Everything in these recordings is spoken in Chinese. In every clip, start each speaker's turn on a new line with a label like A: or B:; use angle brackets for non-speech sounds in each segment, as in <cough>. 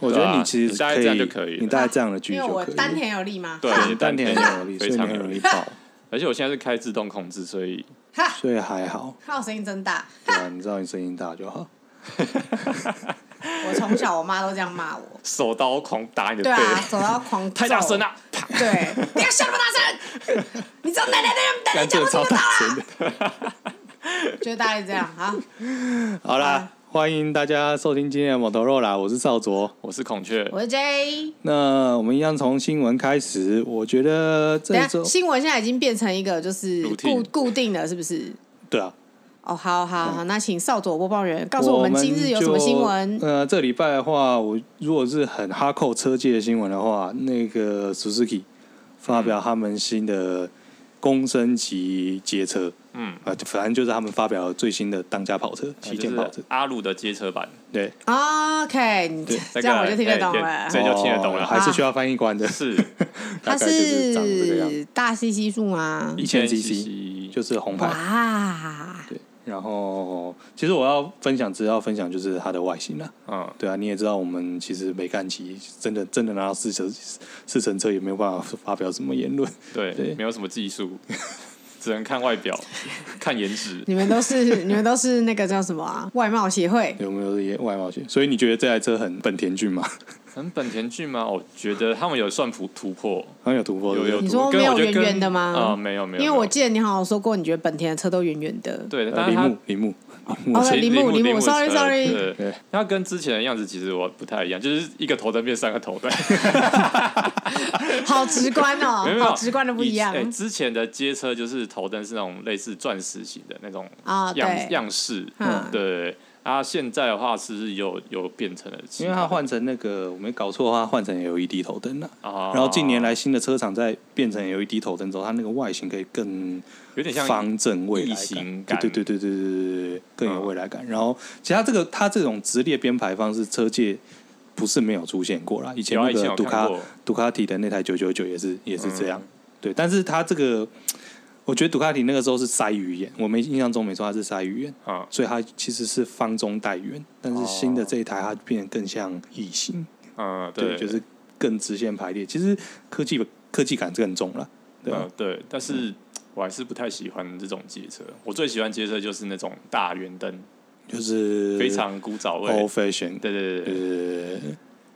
A: 我觉得
B: 对
A: 你
B: 啊
A: 其实
B: 你大概
A: 可以，
B: 这样就可以了
A: 你大概这样的距
C: 因
A: 离
C: 为
A: 就
C: 我
A: 可以。
C: 丹田有力
B: <laughs>
C: 嘛，
B: 对
C: 哈
B: 你
A: 丹
B: 丹
A: 田
B: 田
A: 很有力，所
B: 非
A: 以你
B: 常
A: 很
B: 有
A: 容
B: 力
A: 易爆，
B: 而且我现在是开自动控制，所以
C: 哈，
A: 所以还好。
C: 看我声音真大。
A: 对啊，你知道你声音大就
C: <laughs>
A: 好。
C: 我从小我妈都这样骂我，
B: 手刀狂打你的
C: 对
B: 背， <laughs>
C: 啊，手到狂
B: 太大声
C: 了，
B: 了，啪！
C: 对，你要笑那么大声，你知道奶奶那奶奶
A: 干
C: 讲
A: 这个超
C: 不这么
A: 大
C: 大
A: 声
C: 啦，
A: 的。
C: 就大概这样啊。
A: 好
C: 嗯
A: 啦，欢迎大家收听今天的摩托罗拉，我是少卓。
B: 我是孔雀，
C: 我是 J，
A: 那我们一样从新闻开始，我觉得
C: 等
A: 这
C: 一下
A: 周
C: 新闻现在已经变成一个就是固
B: Routine
C: 固定的，是不是？
A: 对啊，
C: 哦，好好好，那请少佐播报员告诉我们今日有什么新闻
A: 就。呃，这礼拜的话，我如果是很哈扣车界的新闻的话，那个 Suzuki 发表他们新的公升级街车，
B: 嗯，啊
A: 啊、反正就是他们发表了最新的当家跑车、旗舰跑
B: 就
A: 车
B: 是。阿鲁的街车版，
A: 对，
C: OK，你这
B: 这
C: 样
B: 个
C: 我就听得懂
B: 哎
C: 了
B: 这。就听得懂了
A: 哦还是需要翻译官的，
B: 是
A: <laughs> 大
C: 它
A: 概就是长这个样子，
C: 啊是大 CC 数吗？
A: 1000
B: cc
A: 就是红牌。
C: 哇，
A: 对，然后其实我要分享，只要分享就是它的外形啦。
B: 嗯，
A: 对啊，你也知道，我们其实没干起，真的真的拿到四乘四乘车也没有办法发表什么言论。对
B: 对，没有什么技术， <laughs> 只能看外
A: <laughs>
B: 表，看颜值。
C: 你们都
B: <laughs>
C: 是你们都是那个叫什么啊？外貌协会。
A: 有没有也外貌学？所以你觉得这台车很本田俊吗？ <laughs>
B: 很本田俊吗？我觉得他们有算突突破，
A: 好像有突破，
B: 有有
A: 对
C: 你
B: 突
C: 说
B: 破，跟
C: 没有
B: 我觉得跟
C: 圆圆的吗
B: 啊，没有没有，
C: 因为我
B: 没有
C: 记得你好像说过，你觉得本田的车都圆圆的。
B: 对，
A: 呃
B: 但是
A: 铃
B: 他
A: 木铃木铃木
C: 哦
A: 车
C: 铃木铃木
B: 车
C: sorry，sorry
B: 对
A: 对，
B: 它跟之前的样子其实我不太一样，就是一个头灯变三个头灯，
C: 好直观
B: <laughs>
C: 哦
B: 没有，没有
C: 好直观的不一样
B: 以哎之前的街车就是头灯是那种类似钻石型的那种
C: 啊。
B: 样
C: 对，
B: 样式，
C: 嗯
B: 对。啊，现在的话是不是有有变成了其
A: 因
B: 他的？
A: 为它换成那个，我没搞错的话，它换成 LED 头灯了。
B: 啊，
A: 哦然后近年来新的车厂在变成 LED 头灯之后，它那个外形可以更
B: 有点像
A: 方正未来
B: 异形
A: 感，嗯
B: 感
A: 对对对对对对对对，更有未来感。然后其实它这个它这种直列编排方式，车界不是没有出现过啦。以前
B: 有啊
A: 那
B: 以前
A: 个
B: 有
A: 杜
B: 看
A: 卡
B: 过
A: 杜卡迪的那台九九九也是也是这样，
B: 嗯
A: 对。但是它这个，我觉得杜卡迪那个时候是塞鱼眼，我没印象中没错，它是塞鱼眼。
B: 啊，
A: 所以它其实是方中带圆，但是新的这一台它变得更像异形，
B: 嗯，
A: 对，就是更直线排列。其实科技科技感更重了，对啊吧
B: 嗯？对，但是我还是不太喜欢这种街车。我最喜欢街车就是那种大圆灯，
A: 就是
B: 非常古早味。
A: old fashion。
B: 对对对对，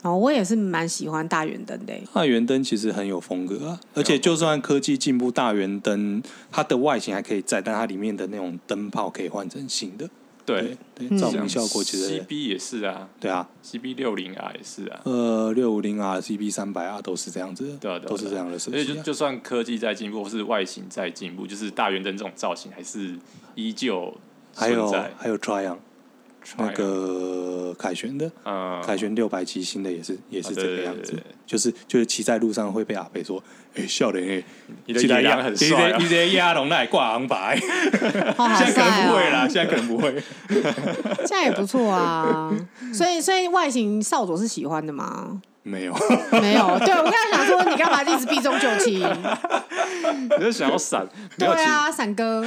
A: 呃，
C: 哦，我也是蛮喜欢大圆灯
B: <laughs>
C: 的。欸
A: 大圆灯其实很有风格啊，而且就算科技进步，大圆灯它的外形还可以在，但它里面的那种灯泡可以换成新的，
B: 对，
A: 对，
C: 嗯
A: 照明效果其实
B: CB 也是啊
A: 对啊，
B: ，CB 六零 R 也是啊。
A: 呃，六五零 R、CB 三百 R 都是这样子的，
B: 对啊对啊
A: 都是
B: 对啊
A: 这样的设
B: 所以就
A: 计啊。
B: 就算科技在进步，或是外形在进步，就是大圆灯这种造型还是依旧
A: 还有
B: 存在。
A: 还有 Triumph。那个凯旋的，
B: 嗯，
A: 凯旋六百骑新的也是也是
B: 啊
A: 这
B: 对
A: 个样子
B: 对对对，
A: 就是就是骑在路上会被阿北说，哎，笑脸
B: 你
A: 哎，
B: 的
A: 骑
B: 野
A: 在
B: 狼很帅啊
A: 你这亚龙那里挂红
C: <laughs>
A: 牌，
C: 哦，好
A: 现在可能
C: 帅
A: 不会
C: 哦，
A: 啦，现在可能不会。 <laughs>
C: 这样也不错啊。所以，所以外形少佐是喜欢的吗？
A: 没有，
C: 没
B: <laughs>
C: 有，对我刚才想说，你干嘛一直避重就轻？
B: 你是想要闪？没
C: 对
B: 有，其实
C: 啊，闪哥，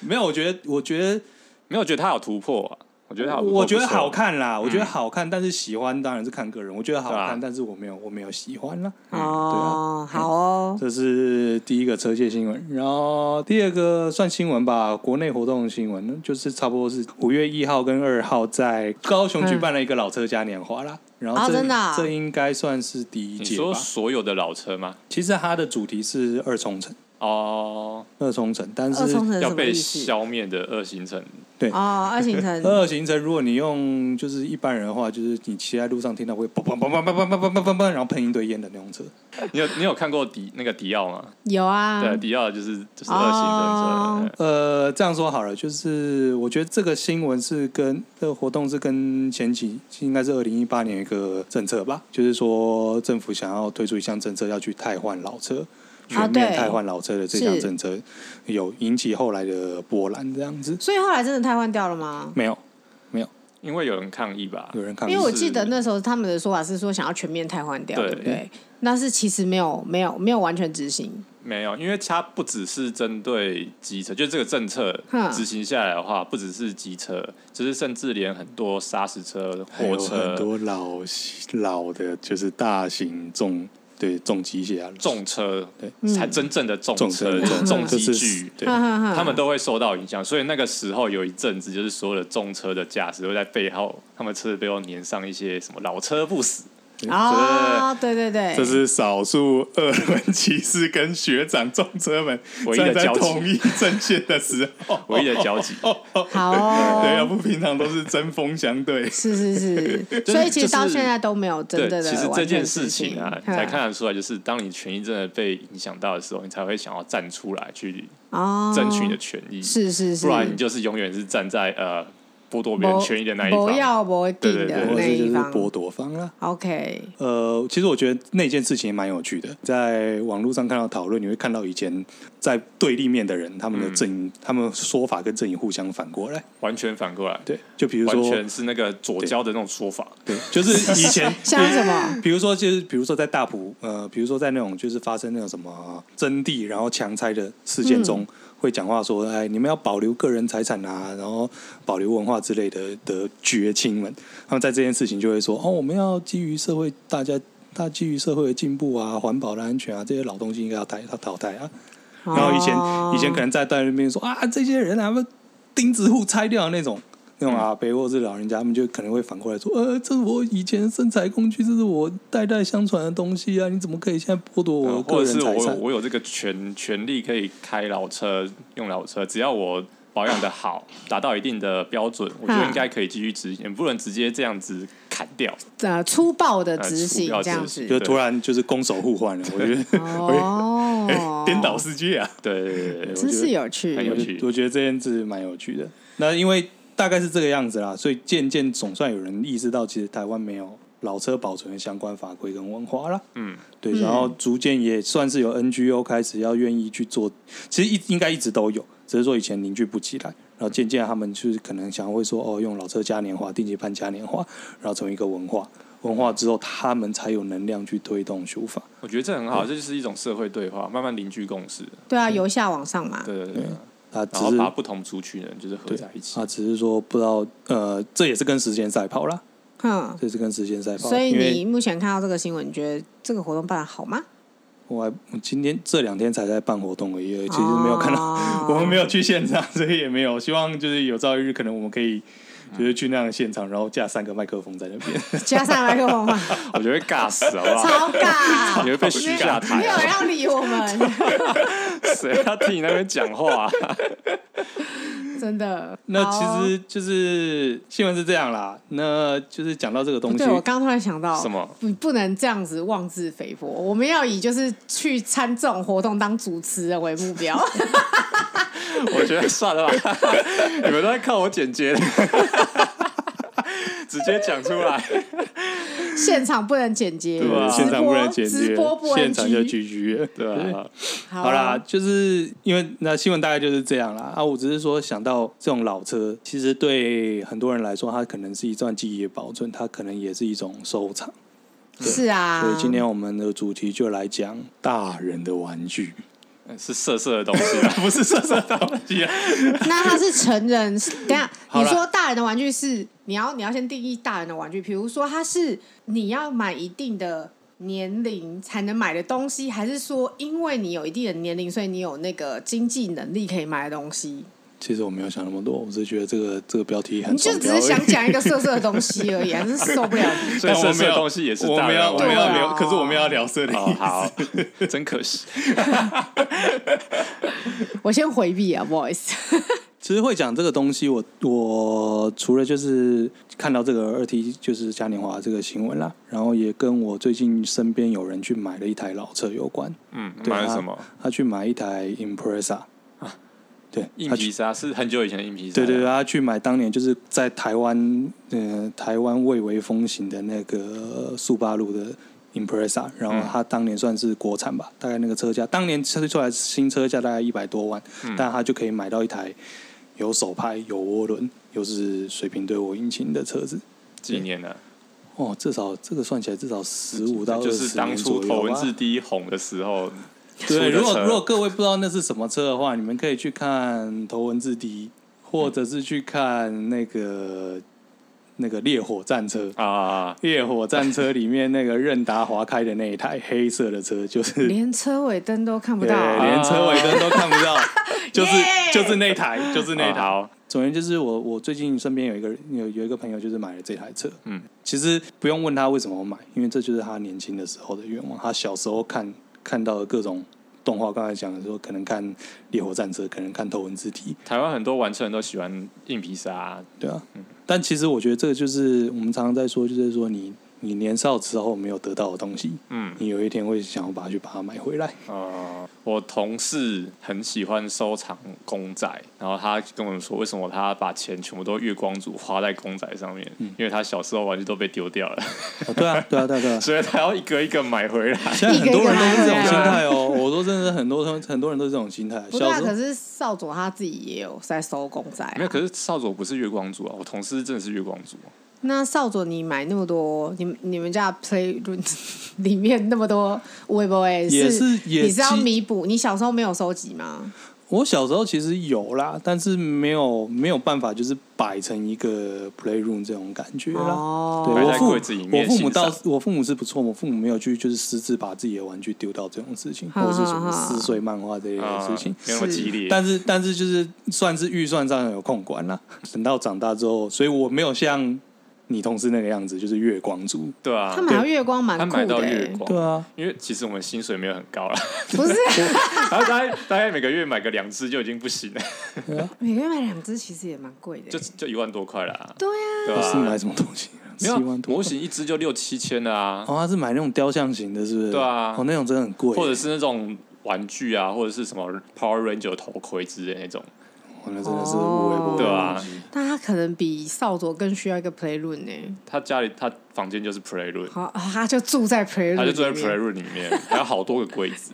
A: 没有，我觉得，我觉得，
B: 没有觉得他有突破啊。我觉得他有突破
A: 我觉得
B: 不错啊嗯
A: 好看啦，我觉得好看，但是喜欢当然是看个人。我觉得好
B: 对
A: 看，
B: 啊
A: 但是我没有，我没有喜欢啦。
C: 哦，好哦，
A: 这是第一个车界新闻，然后第二个算新闻吧，国内活动新闻，就是差不多是五月一号跟二号在高雄举办了一个老车嘉年华啦。然后
C: 哦
A: 这、
C: 真的啊
A: 这应该算是第一
B: 你
A: 届
B: 说
A: 吧。
B: 所有的老车吗？
A: 其实它的主题是二冲程，
B: 哦，
A: 二冲程，但是
C: 二冲程是
B: 要
C: 什么
B: 被
C: 意思？
B: 消灭的二行程， <laughs>
C: 哦，二行程，
A: 二行程，如果你用就是一般人的话，就是你骑在路上听到会砰砰砰砰砰砰砰砰砰砰，然后喷一堆烟的那种车。
B: 你有你有看过迪那个迪奥吗？
C: 有啊，哦
B: 对，迪奥就是就是二行程车，
A: 呃，这样说好了，就是我觉得这个新闻是跟这个活动是跟前几应该是二零一八年一个政策吧，就是说政府想要推出一项政策，要去汰换老车，全面
C: 啊对
A: 汰换老车的这项
C: 是
A: 政策，有引起后来的波澜，这样子
C: 所以后来真的太换掉了吗？
A: 没有
B: 因为有人抗议吧
A: 有？人看
C: 因为我记得那时候他们的说法是说想要全面汰换掉，
B: 对 <laughs>
C: 对不对？那是其实没有没有没有完全执行，
B: 没有，因为它不只是针对机车，就这个政策
C: 哼
B: 执行下来的话，不只是机车，就是甚至连很多砂石车、
A: 还有
B: 货
A: 哎很
B: 车、
A: 多老老的，就是大型重对重机械啊，
B: 重车，
C: 嗯
A: 对
B: 才真正的重
A: 重
B: 车、
A: 车
B: 重重
A: 就
B: 机
A: 是
B: 具，
A: 对
C: 哈啊哈哈
B: 他们都会受到影响。所以那个时候有一阵子，就是所有的重车的驾驶会在背后，他们车的背后粘上一些什么“老车不死
C: 啊，对对对，
A: 这是少数二轮骑士跟学长重车们
B: 唯一
A: 站
B: 的
A: 在
B: 交集
A: 同一阵线的时候，”，
B: 唯一的交集。
C: 哦
B: <laughs>
C: 好
A: 对，要
C: 哦，
A: 不平常都是针锋相对。
C: 是是是，
B: <laughs> 就是
C: 所以其实到
B: 就是
C: 现在都没有真
B: 对，
C: 正的
B: 其实
C: 完
B: 这
C: 成
B: 件
C: 事
B: 事情啊，
C: 哼
B: 才看得出来，就是当你权益真的被影响到的时候，你才会想要站出来去
C: <laughs> 哦，
B: 争取你的权益，
C: 是是是，
B: 不然你就是永远是站在呃剥夺别人权益的那一
C: 不
B: 方。
C: 要不定的
A: 或
C: 那
A: 者是就
C: 一
A: 是
C: 方
A: 剥夺方啦。
C: ，OK，
A: 呃，其实我觉得那件事情也蛮有趣的，在网络上看到讨论，你会看到以前在对立面的人，他们的
B: 嗯
A: 阵营、他们说法跟阵营互相反过来。
B: 完全反过来，
A: 对，就比如
B: 完
A: 说，
B: 全是那个左交的那种说法。
A: 对， <laughs> 就是以前
C: <laughs> 像什么？
A: 比如说，就是比如说在大埔，呃，比如说在那种就是发生那种什么征地然后强拆的事件中，
C: 嗯
A: 会讲话说，哎，你们要保留个人财产啊，然后保留文化之类的的绝亲们，他们在这件事情就会说，哦，我们要基于社会大家。大基于社会的进步啊、环保的安全啊，这些老东西应该要汰要淘汰啊。然后以前、
C: 哦
A: 以前可能在在那边说啊，这些人啊，他们钉子户拆掉的那种那种阿伯或是老人家，他们就可能会反过来说，呃，这是我以前的生财工具，这是我代代相传的东西啊，你怎么可以现在剥夺我的
B: 嗯或
A: 个
B: 者
A: 人
B: 是我
A: 财
B: 有
A: 产？
B: 我有这个权权利可以开老车、用老车，只要我保养的好，达到一定的标准，我
C: 嗯
B: 觉得应该可以继续执行，不能直接这样子砍掉。
C: 呃粗暴的
B: 呃
C: 执
B: 粗
C: 行
B: 暴
C: 这
B: 执
C: 样
B: 行
C: 子
A: 就突然就是攻守互换了，我觉
B: <laughs>
A: 得
C: 哦，
B: 哎
A: 颠倒世界啊！
B: 对对对对对，
C: 真是有趣，
B: 很有趣
A: 我觉得这件事蛮有趣的。那因为大概是这个样子啦，所以渐渐总算有人意识到，其实台湾没有老车保存的相关法规跟文化啦。
B: 嗯，
A: 对，
C: 嗯
A: 然后逐渐也算是有 NGO 开始要愿意去做，其实一应该一直都有，只是说以前凝聚不起来，然后渐渐他们就是可能想会说哦，用老车嘉年华、定期办嘉年华，然后成为一个文化，文化之后他们才有能量去推动修法。
B: 我觉得这很好，这就是一种社会对话，慢慢凝聚共识。
C: 对啊，由下往上嘛，
B: 对对对，
A: 啊，只
B: 然后
A: 是
B: 把不同族群的人就是合
A: 对
B: 在一起
A: 啊，。只是说不知道呃，这也是跟时间赛跑啦，
C: 哼。
A: 这也是跟时间赛跑。
C: 所以
A: 因为
C: 你目前看到这个新闻，你觉得这个活动办的好吗？
A: 我还我今天这两天才在办活动而已，其实没有看到
C: 到
A: <laughs> 我们没有去现场，所以也没有。希望就是有朝一日，可能我们可以就是去那样的现场，然后架三个麦克风在那边。
C: <laughs> 加上麦克
A: <laughs>
C: 风嘛，
B: 我觉得尬死好不好？
C: 超尬
B: 你，会被虚下台
C: 没有人要理我们，
B: 谁要听你那边讲话啊？
C: <laughs> 真的。
A: 那
C: 好哦
A: 其实就是新闻是这样啦。那就是讲到这个东西
C: 对，，我刚突然想到
B: 什么？
C: 你不能这样子妄自菲薄，我们要以就是去参这种活动当主持人为
A: <laughs>
C: 目标。
B: <laughs> 我觉得算了吧，你们都在看我
A: <laughs>
B: 剪接的，直接讲出来。
C: 现场不能剪接，
A: 对吧？
B: 啊
C: 直
A: 现场不
C: 播
A: 能剪
C: 直
A: 接
C: 播不，能
A: 现场就
C: G
A: GG 了，
B: 对啊，
C: 好
A: 好啦，，就是因为那新闻大概就是这样啦。啊，我只是说想到这种老车，其实对很多人来说，它可能是一段记忆的保存，它可能也是一种收藏。
C: 是啊，
A: 所以今天我们的主题就来讲大人的玩具，
B: 是色色的东西啊，
A: <laughs> 不是色色的东西啊。 <laughs>
C: 那它是成人，是等一下
A: 好
C: 你
A: 啦
C: 说大人的玩具是你要你要先定义大人的玩具，比如说它是你要买一定的年龄才能买的东西，还是说因为你有一定的年龄，所以你有那个经济能力可以买的东西？
A: 其实我没有想那么多，我只是觉得这个这个标题很
C: 你就
A: 双
C: 只
A: 标而
C: 是
A: 已
C: 想讲一个色色的东西而已，还是受不了你。
B: 所以
A: 但啊我
B: 色
A: 们
B: 色的东西也是
A: 我
B: 大
A: 们
B: 人
A: 要
B: 的
A: 我们
B: 玩具。
A: 要
C: 对啊
A: 聊，可是我们要聊色的
B: 哦，
A: 意思。 <laughs>
B: 好，真可惜。
C: 我先回避啊，不好意
A: <laughs>
C: 思。
A: 其实会讲这个东西，我我除了就是看到这个二 T 就是嘉年华这个新闻啦，然后也跟我最近身边有人去买了一台老车有关，
B: 嗯，
A: 对啊
B: 买了什么？啊
A: 他去买一台 Impreza，对，
B: 硬
A: 他去
B: 皮沙是很久以前的硬皮啊沙。
A: 对对对，他去买当年就是在台湾呃台湾蔚为风行的那个速八路的 Impreza，然
B: 嗯
A: 后他当年算是国产吧，大概那个车价，当年推出来新车价大概一百多万，
B: 嗯
A: 但他就可以买到一台有手排、有涡轮、又是水平对涡引擎的车子。
B: 几年了？
A: 哦，至少这个算起来至少十五到二
B: 就
A: 十
B: 是当
A: 年
B: 初
A: 左
B: 头
A: 右
B: 文
A: 吧
B: 字 D 红的时候，
A: 对，
B: 出的
A: 如果
B: 车
A: 如果各位不知道那是什么车的话，你们可以去看头文字 D，或者是去看那个那个烈火战车。
B: 啊，
A: 烈火战车里面那个任达华开的那一台黑色的车，
C: <laughs>
A: 就是
C: 连车尾灯都看不
A: 对，
C: 到、
A: 连车尾灯都看不到，就是
C: Yeah
A: 就是那台，就是那
B: 啊
A: 台。
B: 好，
A: 总而言之，就是我我最近身边有一个有有一个朋友，就是买了这台车。
B: 嗯，
A: 其实不用问他为什么买，因为这就是他年轻的时候的愿望。他小时候看看到的各种动画，刚才讲的说，可能看《烈火战车》，可能看《头文字 D》，
B: 台湾很多玩车人都喜欢硬皮沙，
A: 对啊。但其实我觉得这个就是我们常常在说，就是说你你年少时候没有得到的东西，
B: 嗯，
A: 你有一天会想要把它去把它买回来。 <laughs>
B: 呃，我同事很喜欢收藏公仔，然后他跟我说，为什么他把钱全部都月光族花在公仔上面？因为他小时候玩具都被丢掉了， <laughs>
A: 哦对啊，对啊，对啊，对啊。
B: 所以他要一个一个买回来。
A: <laughs> 现在很多人都是这种心态
B: 一
A: 哦，我说真的，很多很多人都是这种心态。
C: 不对
A: 小
C: 啊，
A: 时候
C: 可是少佐他自己也有在收公仔、
B: <laughs> 没有，可是少佐不是月光族啊，我同事真的是月光族。
C: 那少佐，你买那么多，你你们家 Play Room 里面那么多 w e b o
A: 也是也
C: 你是要
A: 其
C: 弥补你小时候没有收集吗？
A: 我小时候其实有啦，但是没有没有办法，就是摆成一个 playroom 这种感觉啦。
C: 哦
A: 对
B: 摆
A: 我
B: 在
A: 父
B: 柜子里
A: 我
B: 面
A: 父母
B: 欣赏
A: 倒是我父母是不错，我父母没有去就是私自把自己的玩具丢到这种事情，
C: 好
A: 或者是什
C: 好
A: 么
C: 好
A: 撕碎漫画这类的
B: 啊，
A: 事情。
B: 没有那么
C: 是
B: 激烈。
A: 但是但是就是算是预算上有控管啦。等到长大之后，所以我没有像你同事那个样子，就是月光族。
B: 对啊
C: 他，买到月光蛮
B: 他
C: 酷
B: 买
C: 的、
B: 到月
C: 欸，
B: 光，
A: 对啊，
B: 因为其实我们薪水没有很高
C: <laughs>
B: 啦，
C: 不是
B: 然后大概大概每个月买个两只就已经不行了，
C: 每个月买两只，其实也蛮贵的、
B: 就就一万多块啦，
C: 对啊，
B: 对
A: 你是
B: 吧、
A: 买什么东西？四
B: 没有
A: 万
B: 啊
A: 多
B: 模。型一只就六七千的啊，
A: 哦，他是买那种雕像型的，是不是？
B: 对啊
A: 哦，那种真的很贵。
B: 或者是那种玩具啊，或者是什么 Power Ranger 头盔之类那种，
A: 哦那真的是无微不
C: 哦
A: 微。
B: 对啊，
C: 但他可能比少佐更需要一个 Play Room 呢、
B: 他家里他房间就是 Play Room，
C: 好，啊他就住在 Play Room，
B: 他就住在
C: 里
B: Play
C: 面
B: Room 里面，还有好多个柜子，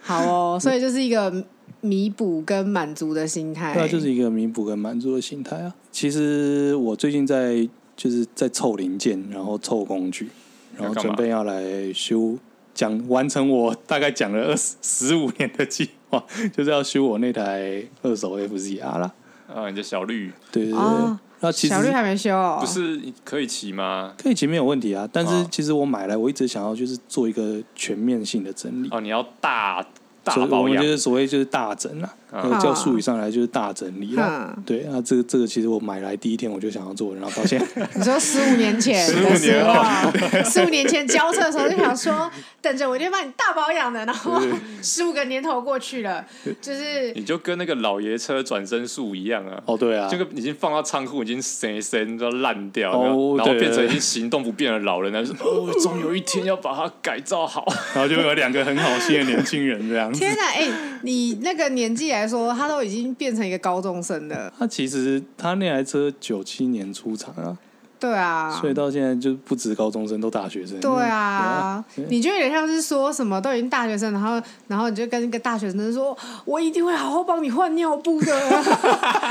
C: 好哦，所以就是一个弥补跟满足的心态。
A: 对啊，就是一个弥补跟满足的心态啊。其实我最近在就是在凑零件，然后凑工具，然后
B: 要干
A: 准
B: 嘛
A: 备要来修，讲完成我大概讲了二十十五年的计划，就是要修我那台二手 FZR 啦。
B: 啊，你的小绿
A: 对对对，
C: 哦
A: 那其实
C: 小绿还没修、哦，
B: 不是可以骑吗？
A: 可以骑没有问题啊，但是
B: 哦
A: 其实我买来我一直想要就是做一个全面性的整理。
B: 哦，你要大大
A: 所以我
B: 保
A: 们
B: 养
A: 就是所谓就是大整啦，
B: 啊
A: 呃叫术语上来就是大整理啦
C: 哦嗯。
A: 对啊，这个这个其实我买来第一天我就想要做，然后到现在
C: 你说十五年前
B: 15
C: 的时
B: 年
C: 候，啊 <laughs> 十五年前交车的时候就想说，等着我一定帮你大保养的，然后十五个年头过去了，就是
B: 你就跟那个老爷车转身术一样啊。
A: 哦对啊
B: 这，个已经放到仓库，已经生生都烂掉，
A: 哦
B: 然后然后
A: 对
B: 变成已经行动不便的老人，然后就说：“哦，终有一天要把它改造好。
A: 然后就有两个很好心的年轻人这样子。
C: 天哪！哎、你那个年纪来说，他都已经变成一个高中生了，
A: 他其实他那台车九七年出厂啊，
C: 对啊，
A: 所以到现在就不止高中生，都大学生。
C: 对啊，
A: 对啊
C: 你就有点像是说什么都已经大学生，然后然后你就跟一个大学生说，我一定会好好帮你换尿布的，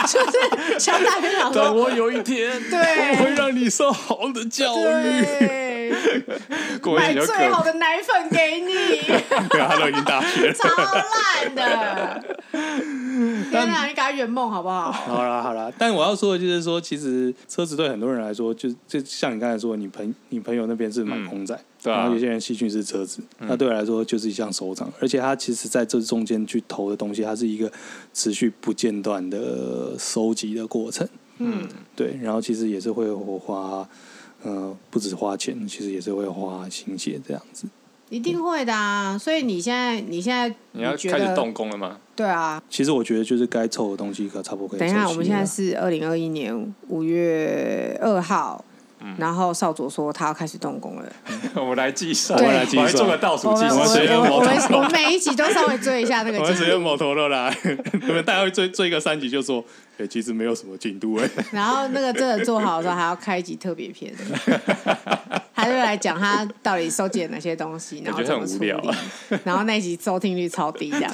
C: 就是像大学生
A: 啊
C: 想
B: 等
C: 说，
B: 我有一天，
C: 对啊
B: 我会让你受好的教育。
C: 对，”
B: 果然
C: 买
B: 你就
C: 最好
B: 可，
C: 的奶粉给
B: <laughs>
C: 你，
B: 他都已经大学了。
C: 超
B: <laughs>
C: 烂的。天哪，你给他圆梦好不
A: <laughs>
C: 好？
A: 好啦好啦，但我要说的就是说，其实车子对很多人来说，就就像你刚才说，你朋你朋友那边是买公仔，
B: 对啊嗯
A: 然后有些人兴趣是车子，那对我来说就是一项收藏，而且它其实在这中间去投的东西，它是一个持续不间断的收集的过程，
C: 嗯，
A: 对，然后其实也是会花，呃，不止花钱，其实也是会花心血这样子。
C: 一定会的啊。所以你现在，你现在
B: 你要
C: 觉
B: 开始
C: 得
B: 动工了吗？
C: 对啊。
A: 其实我觉得就是该凑的东西，可差不多可以。啊
C: 等
B: 啊
C: 一下，我们现在。是二零二一年五月二号。
B: 嗯
C: 然后少佐说他要开始动工了。
B: <laughs> 我们来计算，
C: 对
B: 我们来做个倒数
C: 我
B: 计
C: 们我
B: 算。
A: 随便
C: 们我
A: 摩托
C: 们我们每一集都稍微追一
B: <laughs>
C: 下那个
A: 我们
C: 进
A: 只用
C: 度，
A: 摩托罗拉， <laughs> 你们大概会追追个三集就说，哎、其实没有什么进度哎、
C: <laughs> 然后那个真的做好的时候还要开一集特别
B: <laughs>
C: 篇，他就来讲他到底收集了哪些东西，然后
B: 我觉得
C: 怎
B: 很无
C: 么处理
B: 聊，
C: 然后那一集收听率超低这
B: <laughs>
C: 样。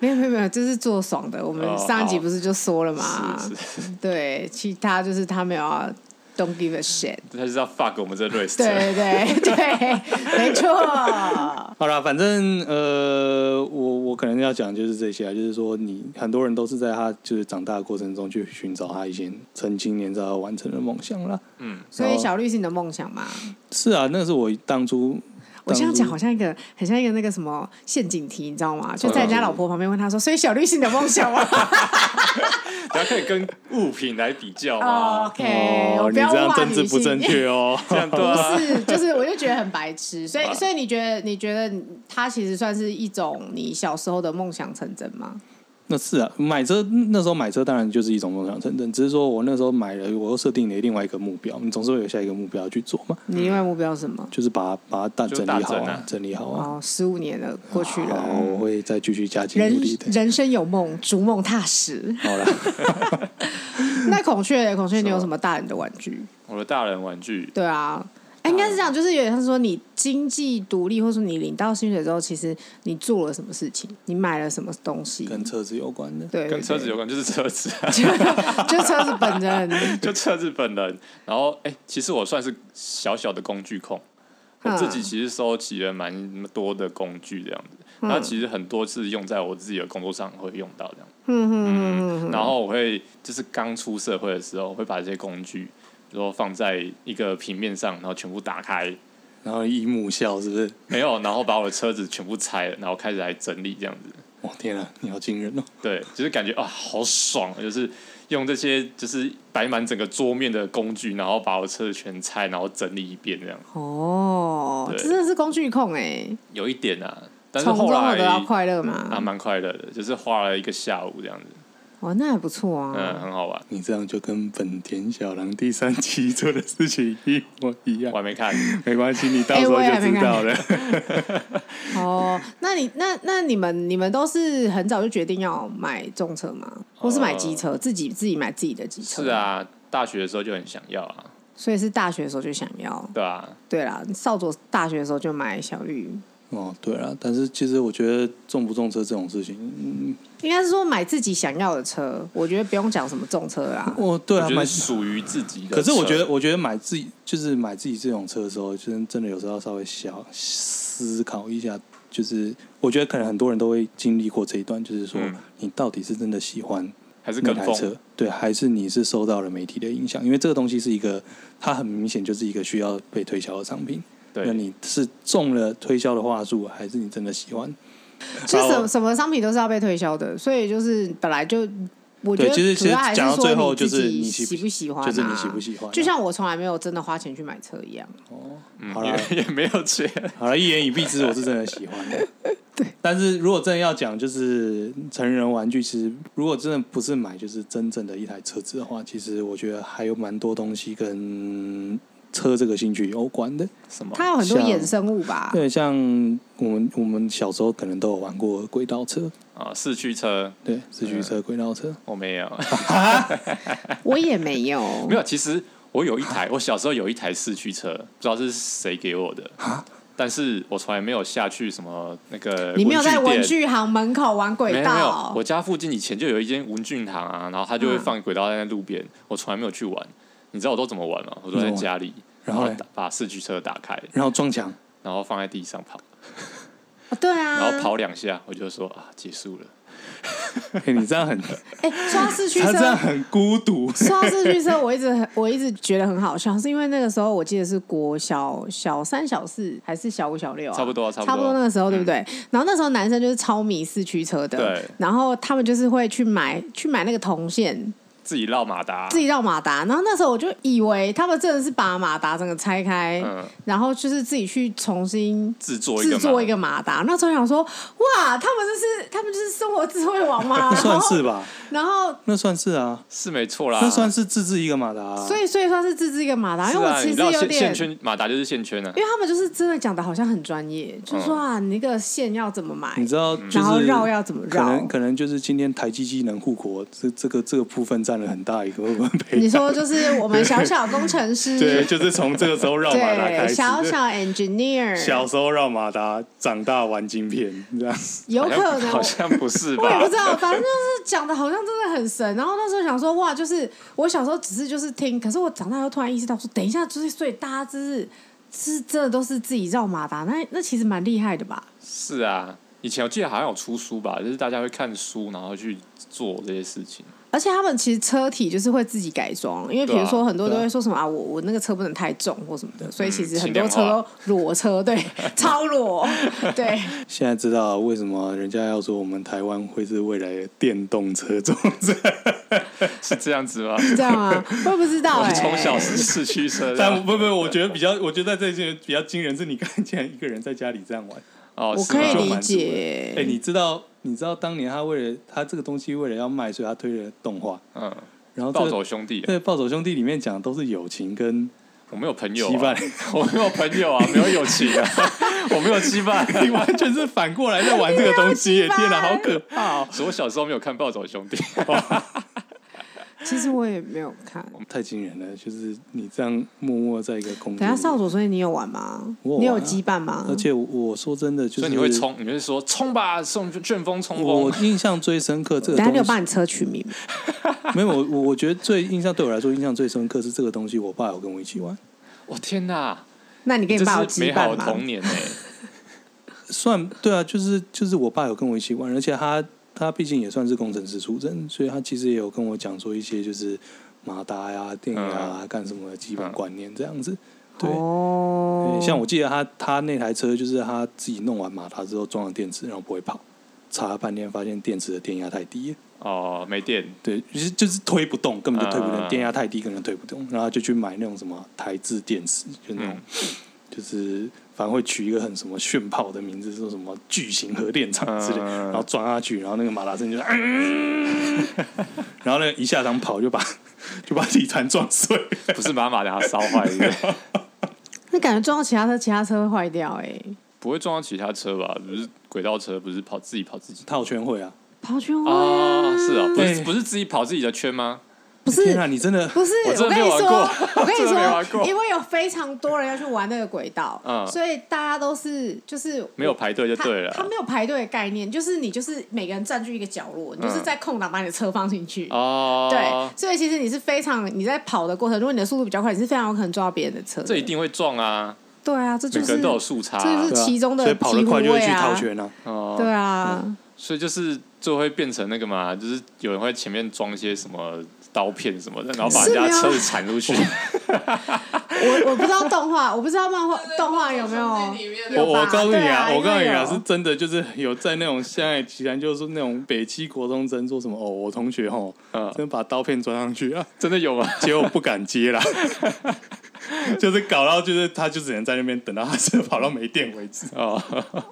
C: 没有没有没有，这是做爽的。我们
B: 哦
C: 上一集不是就说了嘛，
B: 是是，
C: 对，其他就是他没有要啊 don't give
B: <laughs>
C: a shit。
B: 他就是要 fuck 我们这 race 车。
C: 对对对，没
B: <laughs>
C: 错。
A: <laughs> 好啦，反正呃，我我可能要讲就是这些啊，就是说你很多人都是在他就是长大的过程中去寻找他以前曾经年少要完成的梦想啦。
B: 嗯，
C: 所以小绿是你的梦想嘛？
A: 是啊，那是我当初
C: 我这样讲好
A: 像
C: 像一个很像一个那个什么陷阱题，你知道吗？
B: 哦
C: 就在人家老婆旁边问他说：“所以小绿是你的梦想吗
B: 大家可以跟物品来比较
C: 哦
B: 嘛。
C: ？”OK，我
A: 哦，你
C: 不要
A: 这样
C: 骂
A: 政
C: 女
A: 治
C: 性。
A: 不
C: <laughs>
A: 正确哦。
B: 这样对
C: 不
B: 啊，
C: 是，就是我就觉得很白痴，所以所以你觉得你觉得它其实算是一种你小时候的梦想成真吗？
A: 那是啊，买车那时候买车当然就是一种梦想成真，只是说我那时候买了，我又设定了另外一个目标，你总是会有下一个目标去做嘛，
C: 你另外目标是什么？
A: 就是把把它大
B: 就
A: 整
B: 大
A: 理好
B: 整啊
A: 整理好啊。
C: 哦，十五年了，过去
A: 好，
C: 了，
A: 我会再继续加紧
C: 人
A: 努力的。
C: 人生有梦，逐梦踏
A: <laughs>
C: 实。
A: 好了，
C: 那孔雀嘞，孔雀，
A: 啊
C: 你有什么大人的玩具？
B: 我的大人玩具
C: 对啊，哎，应该是这样，就是有点像说你经济独立，或者说你领到薪水之后，其实你做了什么事情，你买了什么东西，
A: 跟车子有关的。
C: 对，对
B: 跟车子有，关，就是车子啊，
C: 对就车子本人，
B: 就车子本人。然后，哎、其实我算是小小的工具控，我
C: 嗯
B: 自己其实收集了蛮多的工具这样子。
C: 嗯
B: 那其实很多是用在我自己的工作上会用到这样。
C: 嗯嗯嗯
B: 然后我会就是刚出社会的时候，会把这些工具，比如说放在一个平面上，然后全部打开，
A: 然后以母校是不是？
B: 没有，然后把我的车子全部拆了，然后开始来整理这样子。
A: 哇天啊，你好惊人哦！
B: 对，就是感觉啊，好爽，就是用这些就是摆满整个桌面的工具，然后把我车子全拆，然后整理一遍这样。
C: 嗯，哦，
B: 对
C: 这真的是工具控哎，
B: 有一点啊，但是
C: 从
B: 后
C: 中有
B: 来
C: 得到快乐
B: 啊，
C: 嘛？
B: 蛮快乐的，就是花了一个下午这样子，
C: 哦，那还不错
B: 嗯，
C: 啊。
B: 很好玩。
A: 你这样就跟本田小狼第三期做的事情一模一样
B: 我。还没看，
A: 没关系，你到时候
C: 哎我也还
A: 就
C: 没
A: 知道了。 <laughs>
C: 哦，那你那那你们你们都是很早就决定要买重车
A: 呃
C: 吗？或是买机车？自己自己买自己的机车？
B: <laughs> 是，啊，大学的时候就很想要啊，
C: 所以是大学的时候就想要。
B: 对啊，
C: 对啦，少佐大学的时候就买小绿，
A: 哦，对了，但是其实我觉得重不重车这种事情，嗯，
C: 应该是说买自己想要的车。我觉得不用讲什么重车
A: <laughs>
C: 啦。
A: 哦，对啊，
B: 我觉
A: 买
B: 得。属于自己的车。
A: 可是我觉得，我觉得买自己就是买自己这种车的时候，就是真的有时候要稍微想思考一下。就是我觉得可能很多人都会经历过这一段，就是说
B: 嗯
A: 你到底是真的喜欢
B: 还是
A: 那
B: 跟
A: 台车
B: 风，，
A: 对，还是你是受到了媒体的影响？因为这个东西是一个，它很明显就是一个需要被推销的商品。那
B: 对，
A: 你是中了推销的话术，还是你真的喜欢？
C: 就
A: 好
C: 什什么商品都是要被推销的，所以就是本来就我觉得
A: 对其实
C: 主要还
A: 其实讲到
C: 是说
A: 最后
C: 你
A: 就是
C: 自
A: 你
C: 己
A: 喜不
C: 喜不喜欢、
A: 就
C: 啊，
A: 是你喜不喜欢啊
C: 就像我从来没有真的花钱去买车一样。
B: 嗯
A: 好啦
B: <laughs> 也也没有钱，
A: 好了，一言以蔽之，我是真的喜欢
C: <laughs>
A: 的。对，但是如果真的要讲，就是成人玩具，其实如果真的不是买，就是真正的一台车子的话，其实我觉得还有蛮多东西跟车这个兴趣有关的。
B: 什么？
C: 它有很多
A: 像
C: 衍生物吧？
A: 对，像我们我们小时候可能都有玩过轨道车，
B: 啊，四驱车
A: 对，四驱车、轨道车。
B: 我没有，
C: 我也没有，
B: <laughs> 没有。其实我有一
A: 啊
B: 台，我小时候有一台四驱车，不知道是谁给我的，
A: 啊
B: 但是我从来没有下去什么那个
C: 你没有在文
B: 文具
C: 具行门口玩
B: 店。没
C: 轨
B: 有没有
C: 道，，哦
B: 我家附近以前就有一间文具行啊，然后他就会放轨道在那路边，我从来没有去玩。你知道我都怎么玩吗？我都在家里，
A: 然后嘞
B: 打把四驱车打开，
A: 然后撞墙，
B: 然后放在地上跑，
C: 哦对
B: 然后
C: 啊。
B: 跑两下，我就说啊，结束了。
A: <laughs> 嘿你这样 <laughs> 很，
C: 哎，说
B: <laughs>
C: 到四驱
A: 他这样
C: 车，
A: 很 <laughs> 孤独。
C: 说到四驱车，我一直很我一直觉得很好笑，是因为那个时候我记得是国小小三、小四还是小五、小六啊，
B: 差不多啊差
C: 差
B: 不多
C: 那个时候，对不对？然后那时候男生就是超迷四驱车的，
B: 对
C: 然后他们就是会去买去买那个铜线，
B: 自己绕马达，
C: 自己绕马达。然后那时候我就以为他们真的是把马达整个拆开，
B: 嗯
C: 然后就是自己去重新
B: 制作一个
C: 制
B: 嘛
C: 作一个马达。那时候想说，哇，他们这是他们就是生活智慧王嘛，
A: 那 <laughs> 算
C: 然
A: 是
C: 后
A: 吧，
C: 然后
A: 那算是啊，
B: 是没错啦。
A: 那算是自制一个马达、啊
C: 所以所以算是自制一个马达，因为
B: 是
C: 哎我
B: 啊
C: 其
B: 你
C: 实
B: 知道
C: 有
B: 线
C: 点
B: 线。圈马达就是线圈啊
C: 因，为他们就是真的讲的好像很专业，就是说啊，你那个线要怎么买，
A: 嗯你知道，就是
C: 然后绕要怎么
A: 可
C: 绕
A: 能，可能就是今天台积技能护国这这个这个部分占占了很大一个分配。
C: 你说就是我们小小工程师，
A: <laughs> 对，就是从这个时候绕马达开
C: <laughs> 对
A: 始。
C: 小小 engineer，
A: 小时候绕马达，长大玩晶片，这样。
C: 有
B: 好
C: 可
B: 像
C: 能
B: 好像不是
C: 我也
B: 吧
C: 不？知道，反正就是讲的好像真的很神。然后那时候想说，哇，就是我小时候只是就是听，可是我长大后突然意识到说，等一下就是所以大家就是是真的都是自己绕马达，那那其实蛮厉害的吧？
B: 是啊，以前我记得好像有出书吧，就是大家会看书，然后去做这些事情。
C: 而且他们其实车体就是会自己改装，因为比如
B: 对
C: 说
B: 啊
C: 很多都
A: 对啊
C: 会说什么啊，我我那个车不能太重或什么的，所以其实
B: 嗯轻
C: 很多
B: 量化
C: 车都裸
B: <laughs>
C: 车，对，超裸，对。
A: 现在知道为什么人家要说我们台湾会是未来的电动车中这
B: 是这样子吗？
C: 这样吗？我也不知
B: <laughs>
C: 道
B: 我
C: 哎、
B: 们从小是市
A: <laughs>
B: 区生啊，
A: 但不不，我觉得比较，我觉得在这些比较惊人是，你看竟然一个人在家里这样玩。
B: 哦，
C: 我
B: 是
C: 可
B: 吗
C: 以
A: 蛮
C: 理
A: 足的
C: 解
A: 哎、你知道你知道当年他为了他这个东西为了要卖，所以他推了动画，
B: 嗯，
A: 然后、这个、
B: 暴走兄弟，
A: 对《暴走兄弟》里面讲的都是友情跟
B: 我没有朋友、
A: 羁绊 <laughs>
B: 啊，， <laughs> 我没有朋友啊，没有友情啊，我没有羁
A: 你
B: <laughs> 绊、啊。
A: 完全是反过来在玩这个东西
C: 啊
A: 耶！天哪，好可怕哦！
B: 所以我小时候没有看《暴走兄弟》
C: 其实我也没有看。
A: 太惊人了，就是你这样默默在一个空间里，
C: 等一下少佐，所以你有玩吗？
A: 我有玩啊
C: 你有羁绊吗？
A: 而且我我说真的，就是
B: 所以你会。冲，你会说冲吧，送旋风冲
A: 我
B: 锋。
A: 印象最深刻这个
C: 等一下你
A: 东
C: 有
A: 西
C: 帮，你车取名吗？
A: 没有我我我觉得最印象对我来说印象最深刻是这个东西，我爸有跟我一起玩，
B: 我天哪，
C: 那你跟你
B: 这
C: 爸有
B: 是
C: 羁
B: 美好
C: 绊
B: 的
C: 吗？
B: 童年哎、
A: 算对啊，就是就是我爸有跟我一起玩，而且他他毕竟也算是工程师出身，所以他其实也有跟我讲说一些就是马达呀、电压啊、干什么的基本观念这样子。对，
C: 哦
A: 对，像我记得他他那台车就是他自己弄完马达之后装了电池，然后不会跑，查了半天发现电池的电压太低了，
B: 哦，没电，
A: 对，就是就是推不动，根本就推不动，
B: 嗯
A: 电压太低根本推不动，然后他就去买那种什么台制电池，就那种、
B: 嗯
A: 就是反正会取一个很什么炫炮的名字，说什么巨型核电厂之类，
B: 嗯
A: 然后装下去，然后那个马达声就、嗯，然后那个一下场跑就把 <laughs> 就把底盘撞碎了。
B: 不是把马达烧坏是不是
C: 那感觉撞到其他车，其他车会坏掉哎、
B: 不会撞到其他车吧？不是轨道车，不是跑自己跑自己。
A: 套圈会啊，
C: 跑圈会啊、
B: 哦，是啊，不
A: 对
B: 是不是自己跑自己的圈吗？
C: 不是
A: 天啊，你真的
C: 不是，
B: 我真的
C: 跟
B: 没
C: 你
B: 玩
C: 说，
B: 过
C: 我跟
B: 真
C: 你
B: 的没玩过
C: 说，因为有非常多人要去玩那个轨道，
B: 嗯
C: 所以大家都是就是
B: 没有排队就
C: 他
B: 对了
C: 他没有排队的概念，就是你就是每个人占据一个角落，你就是在空档把你的车放进去。
B: 嗯哦，
C: 对，所以其实你是非常你在跑的过程，如果你的速度比较快，你是非常有可能撞到别人的车的。
B: 这一定会撞啊，
C: 对啊，这就
B: 每个人
C: 是
B: 都有速差啊、
C: 这就是
A: 对啊
C: 其中的
A: 所以跑得快就会去
C: 醍醐味啊
A: 套圈啊。
B: 哦，
C: 对啊，
B: 所以就是就会变成那个嘛，就是有人会前面装一些什么刀片什么的，然后把人
C: 是没有啊
B: 家车子铲出去。 <laughs>
C: 我我不知道动画，我不知道漫画动画有没有
D: 手机里面的
A: 我
C: 有吧
A: 我告诉你
C: 对
A: 啊，
C: 啊
A: 我告诉你啊，
C: 应该有
A: 是真的，就是有在那种现在，其然就是那种北七国中生说什么哦，我同学吼，
B: 嗯
A: 真把刀片装上去啊， <laughs>
B: 真的有
C: <laughs>
B: 吗？
A: 结果不敢接啦， <laughs> 就是搞到就是他就只能在那边等到他车跑到没电为止，
B: 哦，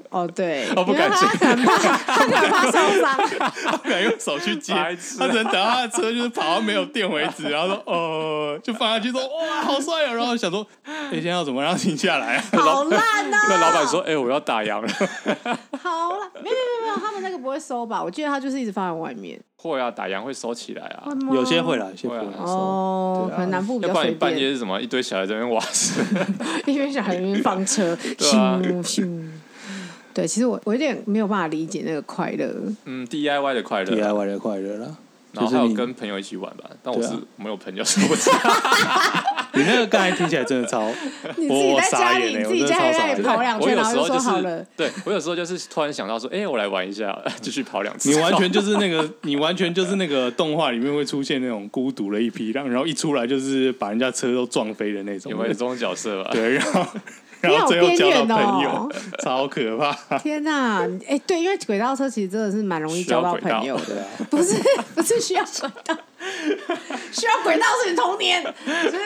C: 哦，对，
A: 哦不
C: 因为
A: 敢接
C: 他可能怕他可能怕受伤，
A: 他不敢用手去接，
B: 白痴啊
A: 他只能等到他的车就是跑到没有电为止，然后 <laughs> 说哦，就放下去说哇好帅哦，然后想说 <laughs> 哎、现在要怎么让他停下来啊？
C: 好烂呐、
B: 那老板说：“哎、我要打烊了。 <laughs>
C: 好烂，没有没有没有，他们那个不会收吧？我记得他就是一直放在外面，”
B: 会啊，打烊会收起来啊
C: 会，吗
A: 有些会啦，有些
B: 会
A: 不
B: 啊
A: 会啦
C: 哦，
A: 对啊
C: 可能南部比
B: 要
C: 较
B: 不然
C: 随
B: 你半夜
C: 便，
B: 是什么？一堆小孩在那边玩，
C: 一边小孩一边放车，
B: 啊
C: 咻咻。对，其实我我有点没有办法理解那个快乐，
B: <laughs> 嗯，DIY 的快乐。
A: DIY 的快乐啦。
B: 然后
A: 就是
B: 还有
A: 你
B: 跟朋友一起玩吧，但我是
A: 对啊
B: 没有朋友，所以我不知道。
A: 你那个刚才听起来真的超，
C: <laughs> 你自己
A: 我
C: 在家
A: 傻
C: 里，
A: 眼
C: 你
A: 欸
C: 自己在家里
A: 我真的超傻眼
C: 跑两
B: 我
C: 圈，
B: 有
C: 然后
B: 时候
C: 说
B: 就
C: 好了
B: 是，，对我有时候就是突然想到说，哎、我来玩一下，继续跑两次。
A: 你完全就是那个，你完全就是那个动画里面会出现那种孤独的一匹狼，然后一出来就是把人家车都撞飞的那种
B: 有。没有这种角色吧？
A: <laughs> 对，然后
C: <laughs> 你
A: 然后
C: 好
A: 最后
C: 边
A: 交到
C: 缘
A: 朋友，
C: 哦
A: 超可怕。
C: 天哪、哎、对，因为轨道车其实真的是蛮容易交到朋友的，
A: 对啊，
C: 不是 <laughs> 不是需要轨道， <laughs> 需要轨道是你童年，就是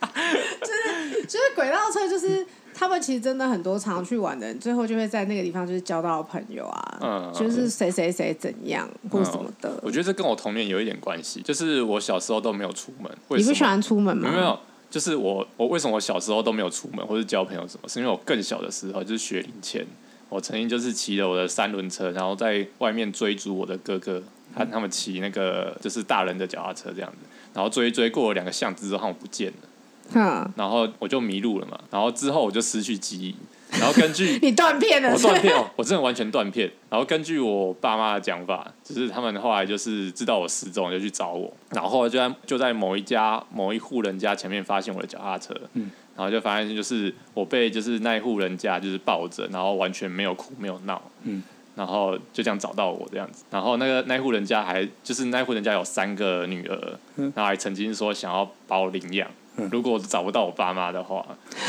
C: 就是就是轨道车，就是他们其实真的很多常去玩的人，最后就会在那个地方就是交到朋友啊，
B: 嗯
C: 就是谁谁谁怎样或者什么的。
B: 我觉得这跟我童年有一点关系，就是我小时候都没有出门。为
C: 你
B: 什
C: 不
B: 么
C: 喜欢出门
B: 没
C: 吗？
B: 有没有，就是我我为什么我小时候都没有出门或是交朋友什么？是因为我更小的时候，就是学龄前，我曾经就是骑着我的三轮车，然后在外面追逐我的哥哥，他他们骑那个就是大人的脚踏车这样子，然后追一追过了两个巷子之后，他们不见了，
C: 哼，
B: 然后我就迷路了嘛，然后之后我就失去记忆，然后根据
C: 你断片
B: <laughs>
C: 了
B: 我
C: 是不
B: 断
C: 是？
B: 片
A: <laughs>
B: 哦，我真的完全断片。然后根据我爸妈的讲法，就是他们后来就是知道我失踪，就去找我，然后后来就在就在某一家某一户人家前面发现我的脚踏车，嗯，然后就发现就是我被就是那一户人家就是抱着，然后完全没有哭没有闹，
A: 嗯。
B: 然后就这样找到我这样子，然后那个那户人家还就是那户人家有三个女儿，
A: 嗯
B: 然后还曾经说想要把我领养，
A: 嗯
B: 如果我找不到我爸妈的话，
C: <laughs>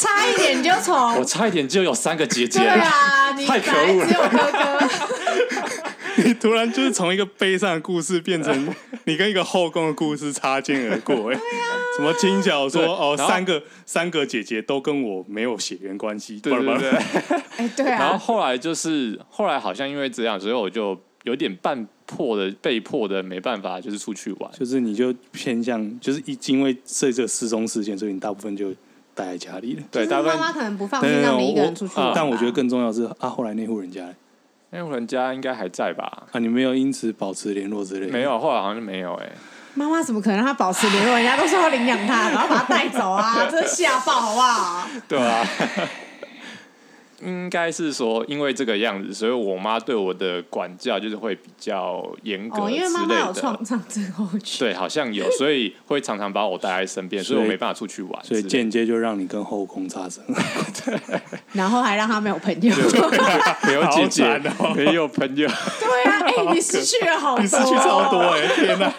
C: 差一点就
B: 我
C: 从
B: 差一点就有三个姐姐
C: 对
B: 了。
C: 啊，你
B: 太可
C: 本
B: 恶了
C: 来只有哥
A: <laughs>
C: 哥，
A: 你突然就是从一个悲伤的故事变成你跟一个后宫的故事擦肩而过、哎、
C: 啊
A: 什么轻巧说
B: 对
A: 哦，
B: 然后
A: 三个三个姐姐都跟我没有血缘关系，
B: 对对
A: 叭叭叭
B: <laughs> 对，
C: 哎，对
B: 然后
C: 啊，
B: 后来就是后来好像因为这样，所以我就有点半迫的被迫的没办法，就是出去玩。
A: 就是你就偏向就是一因为这这个失踪事件，所以你大部分就待在家里了。
B: 对，
C: 就是
B: 大
C: 妈
B: 概
C: 妈可能不放
A: 对
C: 心
A: 对
C: 让
A: 对
C: 你一个
A: 我
C: 人出去
B: 啊
C: 玩吧，
A: 但我觉得更重要的是啊，后来那户人家嘞
B: 那户人家应该还在吧？
A: 啊，你没有因此保持联络之类的，
B: 没有，后来好像就没有
C: <laughs>
B: 哎、
C: 妈妈怎么可能让他保持联络？人家都说要领养 <laughs> 他，然后把他带走啊，真吓爆好
A: <laughs>
C: 不好？
B: 对啊，应该是说因为这个样子，所以我妈对我的管教就是会比较严格之
C: 哦，因为妈妈有
B: 类的。
C: 创伤症候群，
B: 对，好像有，所以会常常把我带在身边，所以我
A: 所以
B: 没办法出去玩之
A: 所
B: 类
A: 以
B: 的。
C: <laughs>
A: 间接就让你跟后宫擦身。
C: 然后还让他没有朋友。 <laughs>
B: 没有姐姐
A: 好惨哦，
B: 没有朋友，
C: 对啊，哎、
A: <laughs>
C: 你失去了好多，
A: 你失去超多哎、
B: <laughs>
A: 天哪、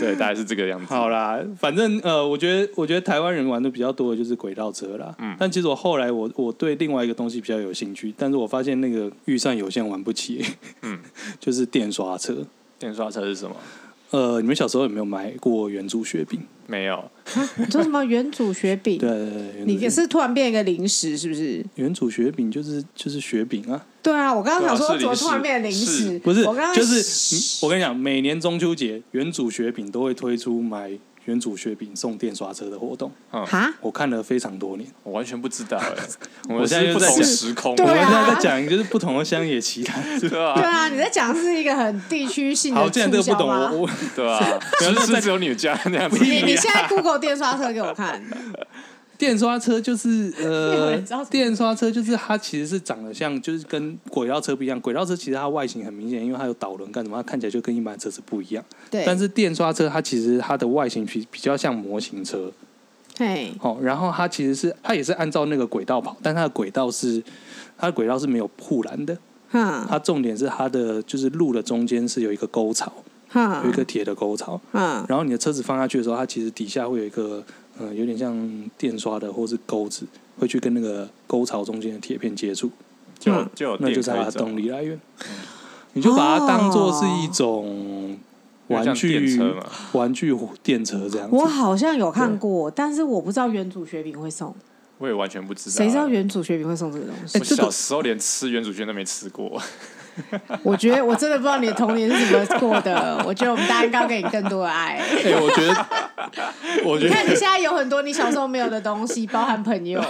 B: 对，大概是这个样子。
A: <laughs> 好啦，反正呃，我觉得我觉得台湾人玩的比较多的就是轨道车啦。嗯，但其实我后来我我对另外一个东西比较有兴趣，但是我发现那个预算有限玩不起。
B: 嗯，
A: <laughs> 就是电刷车。
B: 电刷车是什么？
A: 呃，你们小时候有没有买过圆珠雪饼？
B: 没有，
C: 你说什么原主雪饼？
A: 对，对对
C: 你
A: 圆
C: 也
A: 珠雪
C: 是突然变一个零食，是不是？
A: 圆珠雪饼就是就是雪饼啊，
C: 对啊，我刚刚想
B: 对
C: 说
B: 啊是
C: 怎
B: 零
C: 么
B: 食
C: 突然变零食？
B: 是
A: 不是
C: 我刚刚
A: 就是嗯我跟你讲，每年中秋节圆珠雪饼都会推出买圆珠雪饼送电刷车的活动，
C: 哈，
A: 我看了非常多年。
B: 我完全不知道哎、我
A: 我
B: 们
A: 现在
B: 是不
A: 就在
B: 同
A: 讲
B: 时空，
C: 对
A: 我们
C: 啊
A: 现在在讲就是不同的乡野奇谈。
B: 对
A: <laughs>
C: 对
B: 啊，
C: 啊，你在讲是一个很地区性的
A: 好，既然这
C: 促
A: 个不
C: 销
A: 懂，
C: 吗？
A: 我我 <laughs>
B: 对啊，
A: 有
B: 只
A: 那
B: 是
A: 在
B: 只有你家那样子，
A: 啊
C: 你你现在 Google 电刷车给我看，
A: 电刷车就是
C: 没有
A: 呃
C: 人知道，是
A: 电刷车就是它其实是长得像，就是跟轨道车不一样。轨道车其实它外形很明显，因为它有导轮干什么，它看起来就跟一般车子不一样。
C: 对，
A: 但是电刷车它其实它的外形比比较像模型车
C: 嘿，
A: 哦，然后它其实是它也是按照那个轨道跑，但它的轨道是它的轨道是没有护栏的，
C: 哼
A: 它重点是它的就是路的中间是有一个沟槽，
C: 哼，
A: 有一个铁的沟槽，
C: 嗯，
A: 然后你的车子放下去的时候，它其实底下会有一个呃，有点像电刷的或是钩子，会去跟那个沟槽中间的铁片接触，
B: 就就有
A: 那
B: 哦电
A: 就是它
B: 可以
A: 的
B: 走
A: 动力来源。你就把它当做是一种玩
B: 有点
A: 具
B: 像电车嘛
A: 玩具电车这样子。
C: 我好像有看过，但是我不知道原主雪饼会送，
B: 我也完全不知道，欸
C: 谁知道？原主雪饼会送这个东西
A: 哎？
B: 我
A: 这个
B: 小时候连吃原主圈都没吃过，
C: 我觉得我真的不知道你的童年是怎么过
A: <laughs>
C: 的。我觉得我们大家应该要给你更多的爱。
A: <laughs> 哎、我觉得，
B: <laughs>
A: 我觉
C: 你
A: 得
C: 看你现在有很多你小时候没有的东西，包含朋
A: <laughs>
C: 友。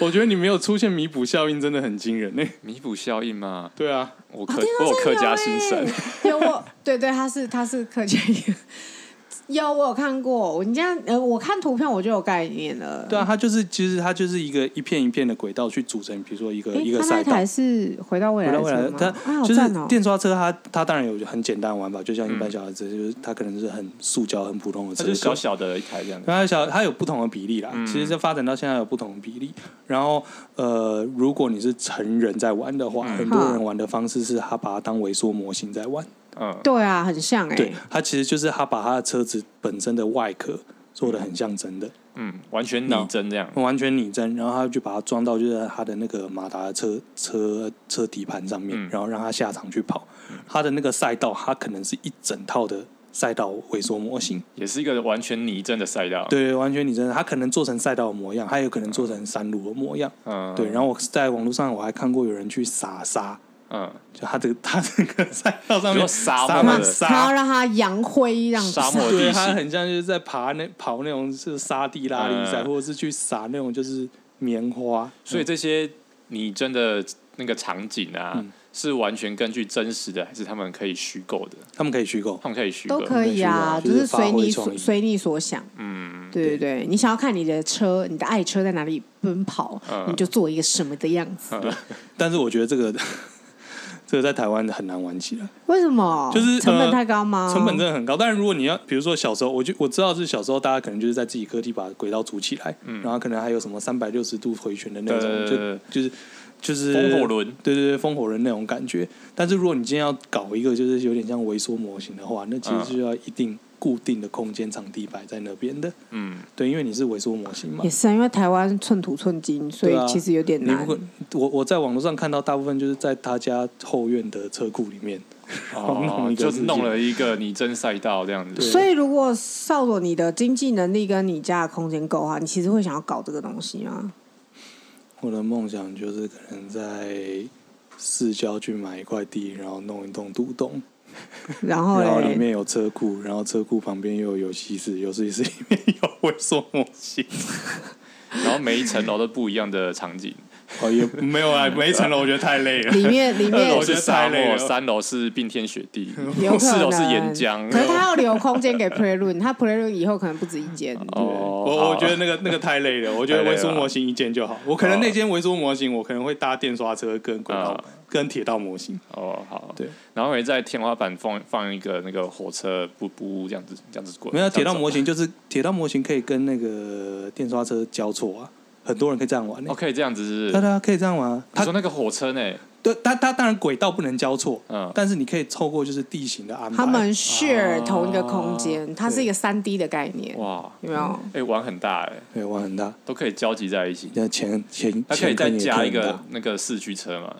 A: 我觉得你没有出现弥补效应真的很惊人呢、
B: 弥补效应嘛，
A: 对啊，
B: 我客我有客家精神，
C: 有我，对对，他是他是客家人。有我有看过，我你这样呃，我看图片我就有概念了。
A: 对啊，它就是其实它就是一个一片一片的轨道去组成，比如说一个
C: 诶，
A: 一个
C: 他那
A: 赛道
C: 台。是回到未来
A: 回到未来
C: 的车，
A: 它
C: 吗？啊，好
A: 就是
C: 赞哦！
A: 电刷车它，它当然有很简单的玩法，就像一般
B: 嗯
A: 小孩子，就是它可能就是很塑胶、很普通的
B: 它
A: 车，
B: 就小嗯小的一台这样子，
A: 它小，它有不同的比例啦。其实这发展到现在有不同的比例。然后呃，如果你是成人在玩的话，
B: 嗯
A: 很多人玩的方式是他把它当微缩模型在玩。
B: 嗯，
C: 对啊，很像哎、
A: 对，它其实就是他把他的车子本身的外壳做的很像真的，
B: 嗯，完全拟真这样，
A: 完全拟真，然后他就把它装到就是他的那个马达的车车车底盘上面，
B: 嗯
A: 然后让它下场去跑。它的那个赛道，它可能是一整套的赛道回缩模型，
B: 也是一个完全拟真的赛道，，
A: 对，完全拟真的，它可能做成赛道的模样，它有可能做成山路的模样。
B: 嗯，
A: 对，然后我在网络上我还看过有人去撒沙，
B: 嗯，
A: 就他的 <laughs> 他这个赛道上
B: 就
A: 面
B: 沙
A: 撒
B: 漠
A: 满
B: 的
C: 他要
A: 沙，
C: 让它扬灰，让
B: 沙漠
A: 对，
B: 地
A: 他
B: 形，
A: 很像就是在爬那跑那种是沙地拉力赛，
B: 嗯
A: 或者是去撒那种就是棉花，嗯
B: 所以这些拟真的那个场景啊，
A: 嗯
B: 是完全根据真实的，还是他们可以虚构的？
A: 他们可以虚构。
B: 他们可以虚
C: 都
B: 构，
C: 可以啊，
A: 就是
C: 是
A: 发
C: 随
A: 挥
C: 你
A: 创
C: 所
A: 意
C: 随你所想。
B: 嗯，
C: 对对对，你想要看你的车，你的爱车在哪里奔跑，
B: 嗯
C: 你就做一个什么的样子？
A: 嗯但是我觉得这个 <laughs> 这个在台湾很难玩起来。
C: 为什么？
A: 就是
C: 成本
A: 呃
C: 太高吗？
A: 成本真的很高。但是如果你要，比如说小时候，我就我知道是小时候，大家可能就是在自己各地把轨道组起来，然后可能还有什么三百六十度回旋的那种，
B: 嗯对对对对
A: 就就是就是
B: 呃风火轮，
A: 对对对，风火轮那种感觉。但是如果你今天要搞一个就是有点像微缩模型的话，那其实是要一定固定的空间场地摆在那边的，
B: 嗯，
A: 对，因为你是微缩模型嘛
C: 也。是啊，因为台湾寸土寸金，所以
A: 对啊
C: 其实有点
A: 你
C: 难
A: 不。可，我我在网络上看到大部分就是在他家后院的车库里面，后弄
B: 哦
A: 一，个
B: 就
A: 自
B: 是
A: 己
B: 弄了一个拟真赛道这样子，
C: 所以，如果少佐你的经济能力跟你家的空间够啊，你其实会想要搞这个东西
A: <laughs>
C: 啊。
A: 我的梦想就是可能在市郊去买一块地，然后弄一栋独栋，
C: 然后
A: 然后里
C: 嘞，
A: 面有车库，然后车库旁边又有游戏室，游戏室里面有微缩模型。
B: 然后每一层楼都不一样的场景，
A: 哦，也没有啊，每一层楼我觉得太累了。
C: 里面里
A: <laughs>
B: 二
C: 面
B: 楼
A: 我觉
B: 是
A: 得太
B: 沙
A: 累
B: 漠，
A: 了
B: 三楼是冰天雪地，
C: 有可
B: 四
C: 能
B: 楼是岩浆
C: 可。是他要留空间给 Play Room，他 Play Room 以后可能不止一间。
A: 对
B: 哦，
A: 我我
B: 好
A: 觉得那个那个太累了，我觉得
B: 太累
A: 微
B: 了
A: 缩模型一件就好。我啊可能那间微缩模型，我可能会搭电刷车跟轨道
B: 啊
A: 跟铁道模型。
B: 哦好，
A: 对，
B: 然后也在天花板放放一个那个火车，不不这样子这样子滚，
A: 没有铁道
B: 这样
A: 模型，就是铁道模型可以跟那个电刷车交错啊，很多人可以这样玩
B: 走
A: 欸。
B: 哦可以这样子是
A: 对
B: 不是，
A: 对啊，可以这样玩啊。
B: 他
A: 它
B: 说那个火车呢，
A: 对，它它当然轨道不能交错，
B: 嗯
A: 但是你可以透过就是地形的安排，
C: 他们 share
B: 啊
C: 同一个空间，它是一个三 D 的概念，
B: 哇，
C: 有没有？
B: 哎玩很大哎，
A: 对玩很大，
B: 都可以交集在一起，
A: 那钱钱
B: 它可
A: 钱
B: 以再
A: 也
B: 加一
A: 很
B: 个
A: 大
B: 那个四驱车嘛，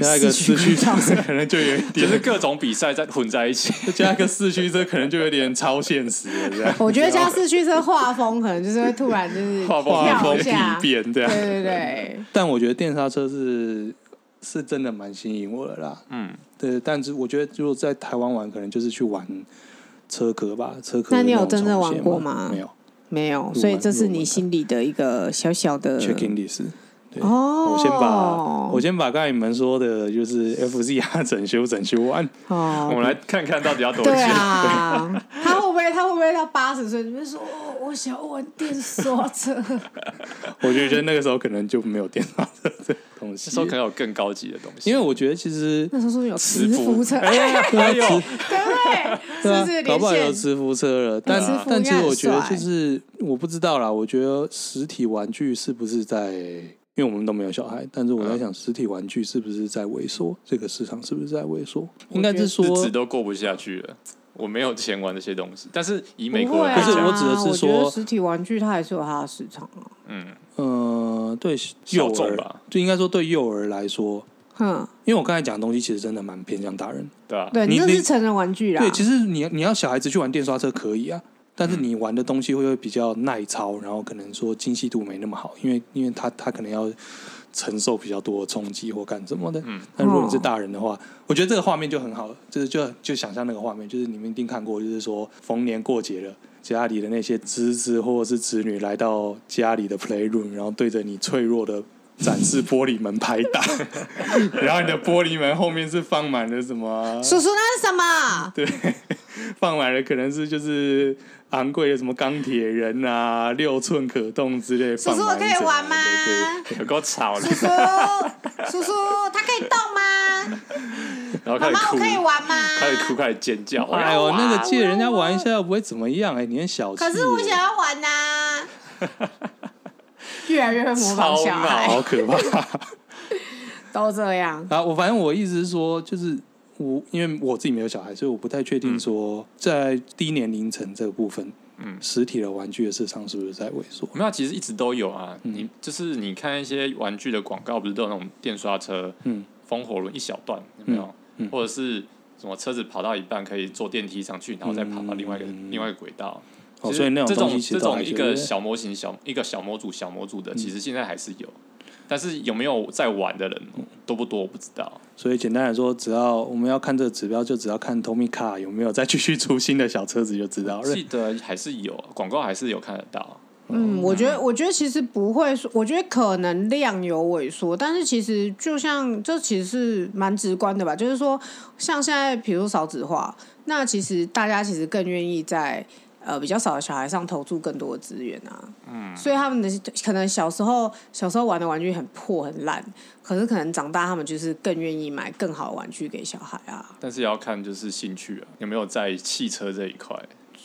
A: 加一个四驱车，可能就有一
B: 就
A: 点，
B: 是各种比赛在混在
A: <laughs>
B: 一起，
A: 加一个四驱车可能就有点超现实了， <laughs> 这样
C: 我觉得加四驱车画风可能就是会突然就是
B: 画风
A: 画
C: 跳
A: 风
C: 一下
A: 必，变这
C: 对
A: 样。
C: 对对，
A: 但我觉得电刹车是是真的蛮吸引我的啦，
B: 嗯，
A: 对，但是我觉得如果在台湾玩，可能就是去玩车壳吧，车壳。
C: 那你有真正玩过吗
A: 没有
C: 没有，
A: 入门
C: 所以这
A: 入
C: 是
A: 门
C: 你
A: 的
C: 心里的一个小小的
A: ，checking list。对
C: 哦
A: 我先把我先把刚才你们说的，就是 FZR 整修整修 <laughs> 完，
C: 哦
B: 我，们来看看到底要多少
C: 对
B: 钱，
C: 啊，他会不会他会不会到八十岁，你们说哦我想要玩电刷车？
A: 我就觉得那个时候可能就没有电脑的这个东
B: 这
A: 西
B: 时候，可能有更高级的东西，
A: 因为我觉得其实
C: <laughs> 那时候是不是有磁
B: 磁浮
C: 浮车？
B: 哎呀
A: <laughs> 对啊，磁
C: 对不对？
A: <laughs> 对
C: 是
A: 啊
C: 不是，
A: 搞
C: 连
A: 不好有
C: 线？
A: 磁浮车了，但
C: 磁浮
A: 但
C: 应
A: 其
C: 该
A: 实
C: 很
A: 我觉得就
C: 帅
A: 是我不知道啦，我觉得实体玩具是不是在，因为我们都没有小孩，但是我在想实体玩具是不是在萎缩，这个市场是不是在萎缩？应该是说
B: 日子都过不下去了。我没有钱玩这些东西，但是以美
C: 不
B: 国
C: 会
B: 人
C: 啊，
B: 来
A: 不是
B: 讲，
A: 我指的是
C: 我觉得
A: 说
C: 实体玩具它还是有它的市场啊。
B: 嗯，
A: 呃，对幼
B: 众
A: 儿
B: 吧，
A: 就应该说对幼儿来说，
C: 哼，
A: 因为我刚才讲的东西其实真的蛮偏向大人。
B: 对啊，
C: 对，
A: 你
C: 这
A: 你
C: 是成人玩具啦。
A: 对，其实你你要小孩子去玩电刷车可以啊，但是你玩的东西会比较耐操，然后可能说精细度没那么好，因为因为他他可能要承受比较多的冲击或干什么的。
B: 嗯，
A: 但如果你是大人的话，我觉得这个画面就很好了，就是就就想象那个画面，就是你们一定看过，就是说逢年过节了。家里的那些侄子或者是侄女来到家里的 playroom，然后对着你脆弱的展示玻璃门拍打， <laughs> 然后你的玻璃门后面是放满了什么
C: 叔叔那是什么？
A: 对，放买了可能是就是昂贵的什么钢铁人啊、六寸可动之类。
C: 叔叔我
A: 放
C: 可
A: 满一整
C: 以玩吗？
A: 对
B: 有够吵的
C: 叔，叔，叔叔，他可以动
A: <laughs>
C: 吗？
B: 然后开
C: 妈
B: 始
C: 妈，
B: 哭
C: 我可，以玩吗？啊
B: 开始哭，开始尖叫，
A: 对哎呦，那个借人家玩一下不会怎么样哎、你很小气、
C: 可是我想要玩啊呐、
A: <laughs>
C: 越来越会模仿小
B: 超
C: 孩
A: 好，可 <laughs> 怕
C: 都这样。
A: 啊！我反正我一直说就是。我因为我自己没有小孩，所以我不太确定说在低年龄层这个部分，
B: 嗯
A: 实体的玩具的市场是不是在萎缩？
B: 没有，其实一直都有啊。
A: 嗯
B: 你就是你看一些玩具的广告，不是都有那种电刷车、
A: 嗯，
B: 风火轮一小段，有没有？
A: 嗯嗯
B: 或者是什么车子跑到一半可以坐电梯上去，然后再跑到另外一个、
A: 嗯
B: 另外一个轨道。
A: 哦，
B: 其实
A: 所以那
B: 这
A: 种东西
B: 种
A: 其
B: 这
A: 实都
B: 种
A: 还嗯
B: 一
A: 觉得
B: 个小模型、小一个小模组、小模组的，其实现在还是有，但是有没有在玩的人
A: 嗯
B: 多不多，我不知道。
A: 所以简单来说，只要我们要看这个指标，就只要看 Tomica 有没有再继续出新的小车子就知道了。
B: 记得还是有广告，还是有看得到。
C: 嗯，我觉得，我觉得其实不会说，我觉得可能量有萎缩，但是其实就像这其实是蛮直观的吧，就是说，像现在比如说少子化，那其实大家其实更愿意在呃比较少的小孩上投注更多的资源啊，嗯，所以他们的可能小时候小时候玩的玩具很破很烂，可是可能长大他们就是更愿意买更好的玩具给小孩啊，
B: 但是也要看就是兴趣啊，有没有在汽车这一块。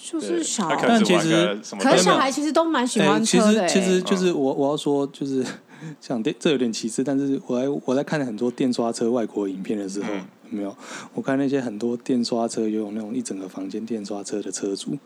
C: 就是小
B: 对他可
A: 但
B: 能只
A: 其
B: 玩个
A: 实
B: 什么电
C: 可是
A: 没有
C: 小
B: 脑
C: 孩其实都蛮喜
A: 哎，
C: 欢
A: 其
C: 车
A: 实
C: 的、欸， <laughs>
A: 其实就是我我要说就是 <laughs> 讲电这有点歧视，但是我在我在看很多电刷车外国影片的时候，
B: 嗯
A: 有没有我看那些很多电刷车有那种一整个房间电刷车的车主，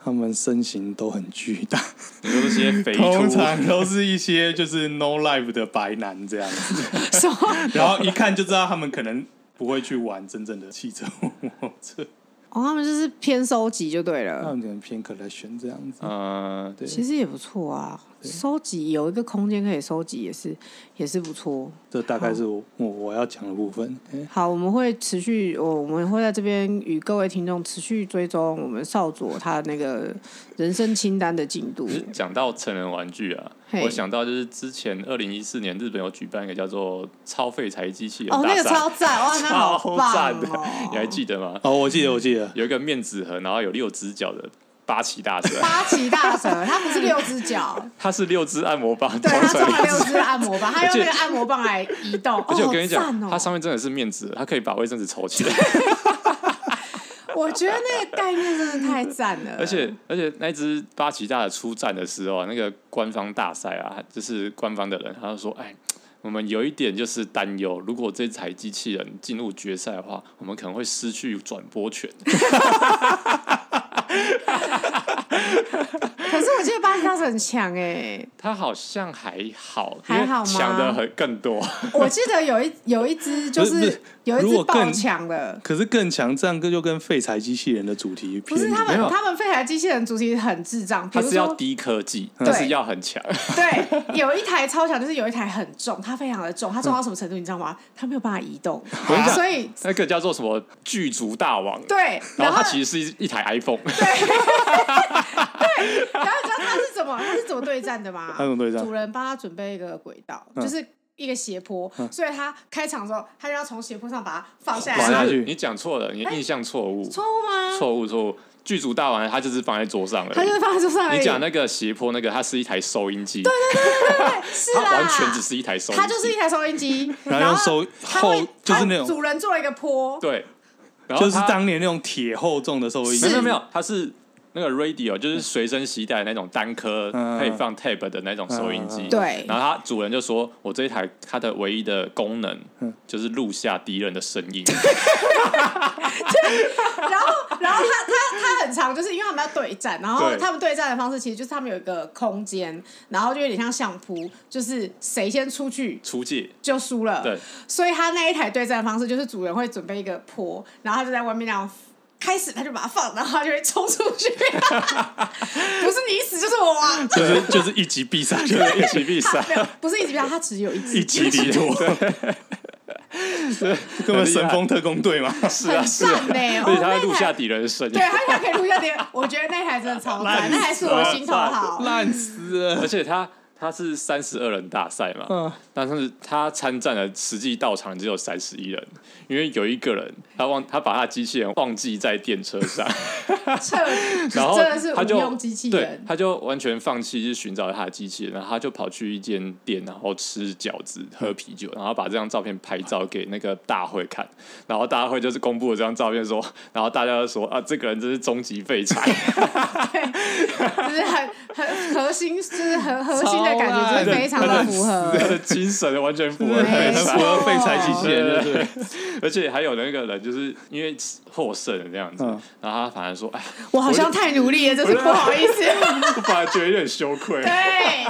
A: 他们身形都很巨大，
B: 你说这些肥
A: 通
B: 猪，
A: 常都是一些就是 no life 的白男这样子，
C: 什么
A: 然后一看就知道他们可能不会去玩真正的汽车摩托车，
C: 哦，他们就是偏收集就对了。
A: 他们可能偏 collection 这样子。
B: 呃，
A: 对
C: 其实也不错啊，收集有一个空间可以收集，也是也是不错。
A: 这大概是我我我要讲的部分。哎
C: 好，我们会持续，哦我我们会在这边与各位听众持续追踪我们少佐他那个人生清单的进度
B: 就。是讲到成人玩具啊，
C: 嘿
B: 我想到就是之前二零一四年日本有举办一个叫做超废柴机器人
C: 哦，
B: 大
C: 那个
B: 赛，
C: 超赞哇，那好
B: 超
C: 棒
B: 赞的，你还
C: 哦！，
B: 记得吗？
A: 哦，我记得，我记得，
B: 有一个面纸盒，然后有六只脚的八岐大蛇
C: <laughs> 八岐大蛇，它不是六只
B: <laughs>
C: 脚，
B: 它是六只按摩棒
C: 对，
B: 装
C: 它
B: 在
C: 装
B: 里
C: 了六
B: 面。
C: 只按摩棒，它用
B: 而且
C: 那个按摩棒来移动。
B: 而且我跟你
C: 哦好
B: 讲
C: 赞，哦
B: 它上面真的是面纸，它可以把卫生纸抽起来，
C: 我觉得那个概念真的太赞
B: <laughs>
C: 了。
B: 而且而且那只八岐大的出战的时候啊，那个官方大赛啊，就是官方的人，他就说，哎。我们有一点就是担忧，如果这台机器人进入决赛的话，我们可能会失去转播权。
C: 可是我记得巴西大蛇很强哎、欸，
B: 他好像还好，
C: 还好吗
B: 因为抢的很更多。
C: 我记得有一有一只就
A: 不是不
C: 是
A: 是
C: 有一
A: 如
C: 只
A: 果更
C: 爆强的，
A: 可是更强，这样就跟废柴机器人的主题
C: 不
A: 偏
C: 是
A: 离。
C: 他
B: 没
C: 们
B: 有
C: 他们废柴机器人主题很智障，比
B: 它
C: 如
B: 是要
C: 说
B: 低科技，但是要很强。
C: 对，有一台超强，就是有一台很重，它非常的重，它重到什么程度你知道吗？它没有办法移动，
B: 跟你讲
C: 所以
B: 那个叫做什么巨足大王，
C: 对，
B: 然
C: 然
B: 后它
C: 后
B: 其实是一一台 iPhone，
C: 然后你知道它是怎么它是怎么对战的吗？
A: 它怎么对战
C: 主人帮他准备一个轨道，
A: 嗯
C: 就是。一个斜坡，所以他开场的时候，他就要从斜坡上把它放下
A: 往
C: 来
A: 下，
B: 不
A: 去
B: 是你讲错了，你的印象错误，
C: 错误吗？
B: 错误错误。巨足大王它就是放在桌上
C: 他
B: 而
C: 就
B: 已。
C: 是放在桌上而已。
B: 你讲那个斜坡那个，它是一台收音机，
C: 是
B: 它
C: 啦，
B: 完全只是一台收音机，
C: 它就是一台收音
B: <laughs>
C: 机，
A: 然后用收
C: 它
A: 后
C: 会
A: 就是那
C: 它
A: 种，
C: 主人做了一个坡，
B: 对，然后
A: 就是
B: 它
A: 当年那种铁厚重的收音
B: 没
A: 机
B: 有没，有没有，它是那个 radio，就是随身携带那种单颗
A: 嗯
B: 可以放 tape 的那种收音机。
A: 嗯
C: 对
B: 然后它主人就说：“我这一台它的唯一的功能
A: 嗯
B: 就是录下敌人的声
C: <laughs>
B: 音。
C: 然后然后它它它很长，就是因为他们要对战，然后
B: 对
C: 他们对战的方式其实就是他们有一个空间，然后就有点像相扑，就是谁先出去”
B: 出界，
C: 就输了。
B: 对，
C: 所以他那一台对战的方式就是主人会准备一个坡，然后他就在外面那样。开始他就把它放，然后他就会冲出
B: <laughs>
C: 去，不是你死就是我亡，
A: 就是就是一击必杀，
C: <laughs>
A: 就
B: 对一起必杀，
C: 没有不是一级标，它只有一级，
A: 一击敌我，根本神风特工队嘛。
B: 是啊是啊
C: 很，赞欸
B: 而且
C: 哦
B: 它会
C: 那
B: 录
C: 台
B: 下敌人的声音
C: 对，，他还可以录下点， <laughs> 我觉得那台真的
B: <laughs>
C: 超赞，那台是我心头好。
A: 烂死
B: 而
A: 了。
B: 且它它是三十二人大赛嘛，
A: 嗯，
B: 但是他参战的实际到场只有三十一人，因为有一个人他忘他把他的机器人忘记在电车上，
C: 彻底
B: 然后
C: 真的是
B: 他
C: 无
B: 就
C: 用机器
B: 对
C: 人，，
B: 他就完全放弃去寻找他的机器人，然后他就跑去一间店，然后吃饺子、喝啤酒，然后把这张照片拍照给那个大会看，然后大会就是公布了这张照片说，然后大家就说啊，这个人真是终极废柴，
C: 就是很很核心，就是很核心的感觉，就是非常的符合。
B: 他的 <laughs> 精神完全符合
C: 没
B: 废
C: 错
B: 柴
A: 符。合废柴机器人，
C: <laughs>
A: 对对对，
B: <laughs> 而且还有那个人，就是因为获胜了这样子，
A: 嗯
B: 然后他反而说：“哎，
C: 我好像太努力了，真是不好意思。
B: 我反而觉得有点羞愧。”
C: <laughs> 对，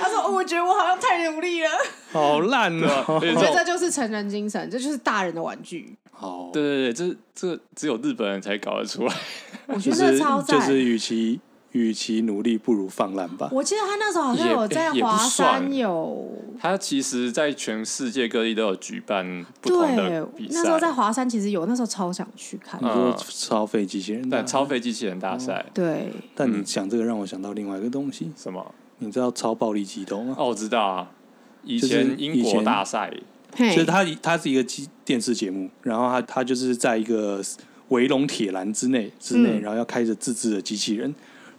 C: 他说哦我觉得我好像太努力了。
B: 哦
A: 好烂
B: 对吧？
A: 哦。
B: 而且这
C: 我觉
B: 种
C: 得这就是成人精神，这就是大人的玩具。
A: 好，
B: 对对对，这这只有日本人才搞得出来。 <laughs>
C: 我觉
A: 就
C: 得
A: 是
C: 超
A: 就
C: 赞。
A: 是，与其与其努力，不如放烂吧。
C: 我记得他那时候好像有在华山有，
B: 他其实在全世界各地都有举办不同
C: 对
B: 的比，赛，
C: 那时候在华山其实有，那时候超想去看
A: 你。
B: 嗯
A: 说超费机器人的
B: 但，超飞机器人大赛、
C: 对，
A: 但你讲这个让我想到另外一个东西，
B: 什么？
A: 你知道超暴力激斗吗？
B: 哦，我知道啊，以
A: 就是
B: 前英
A: 以
B: 国
A: 前
B: 大赛，
C: 嘿
A: 就是它它是一个机电视节目，然后它它就是在一个围笼铁栏之内之内，
C: 嗯
A: 然后要开着自制的机器人，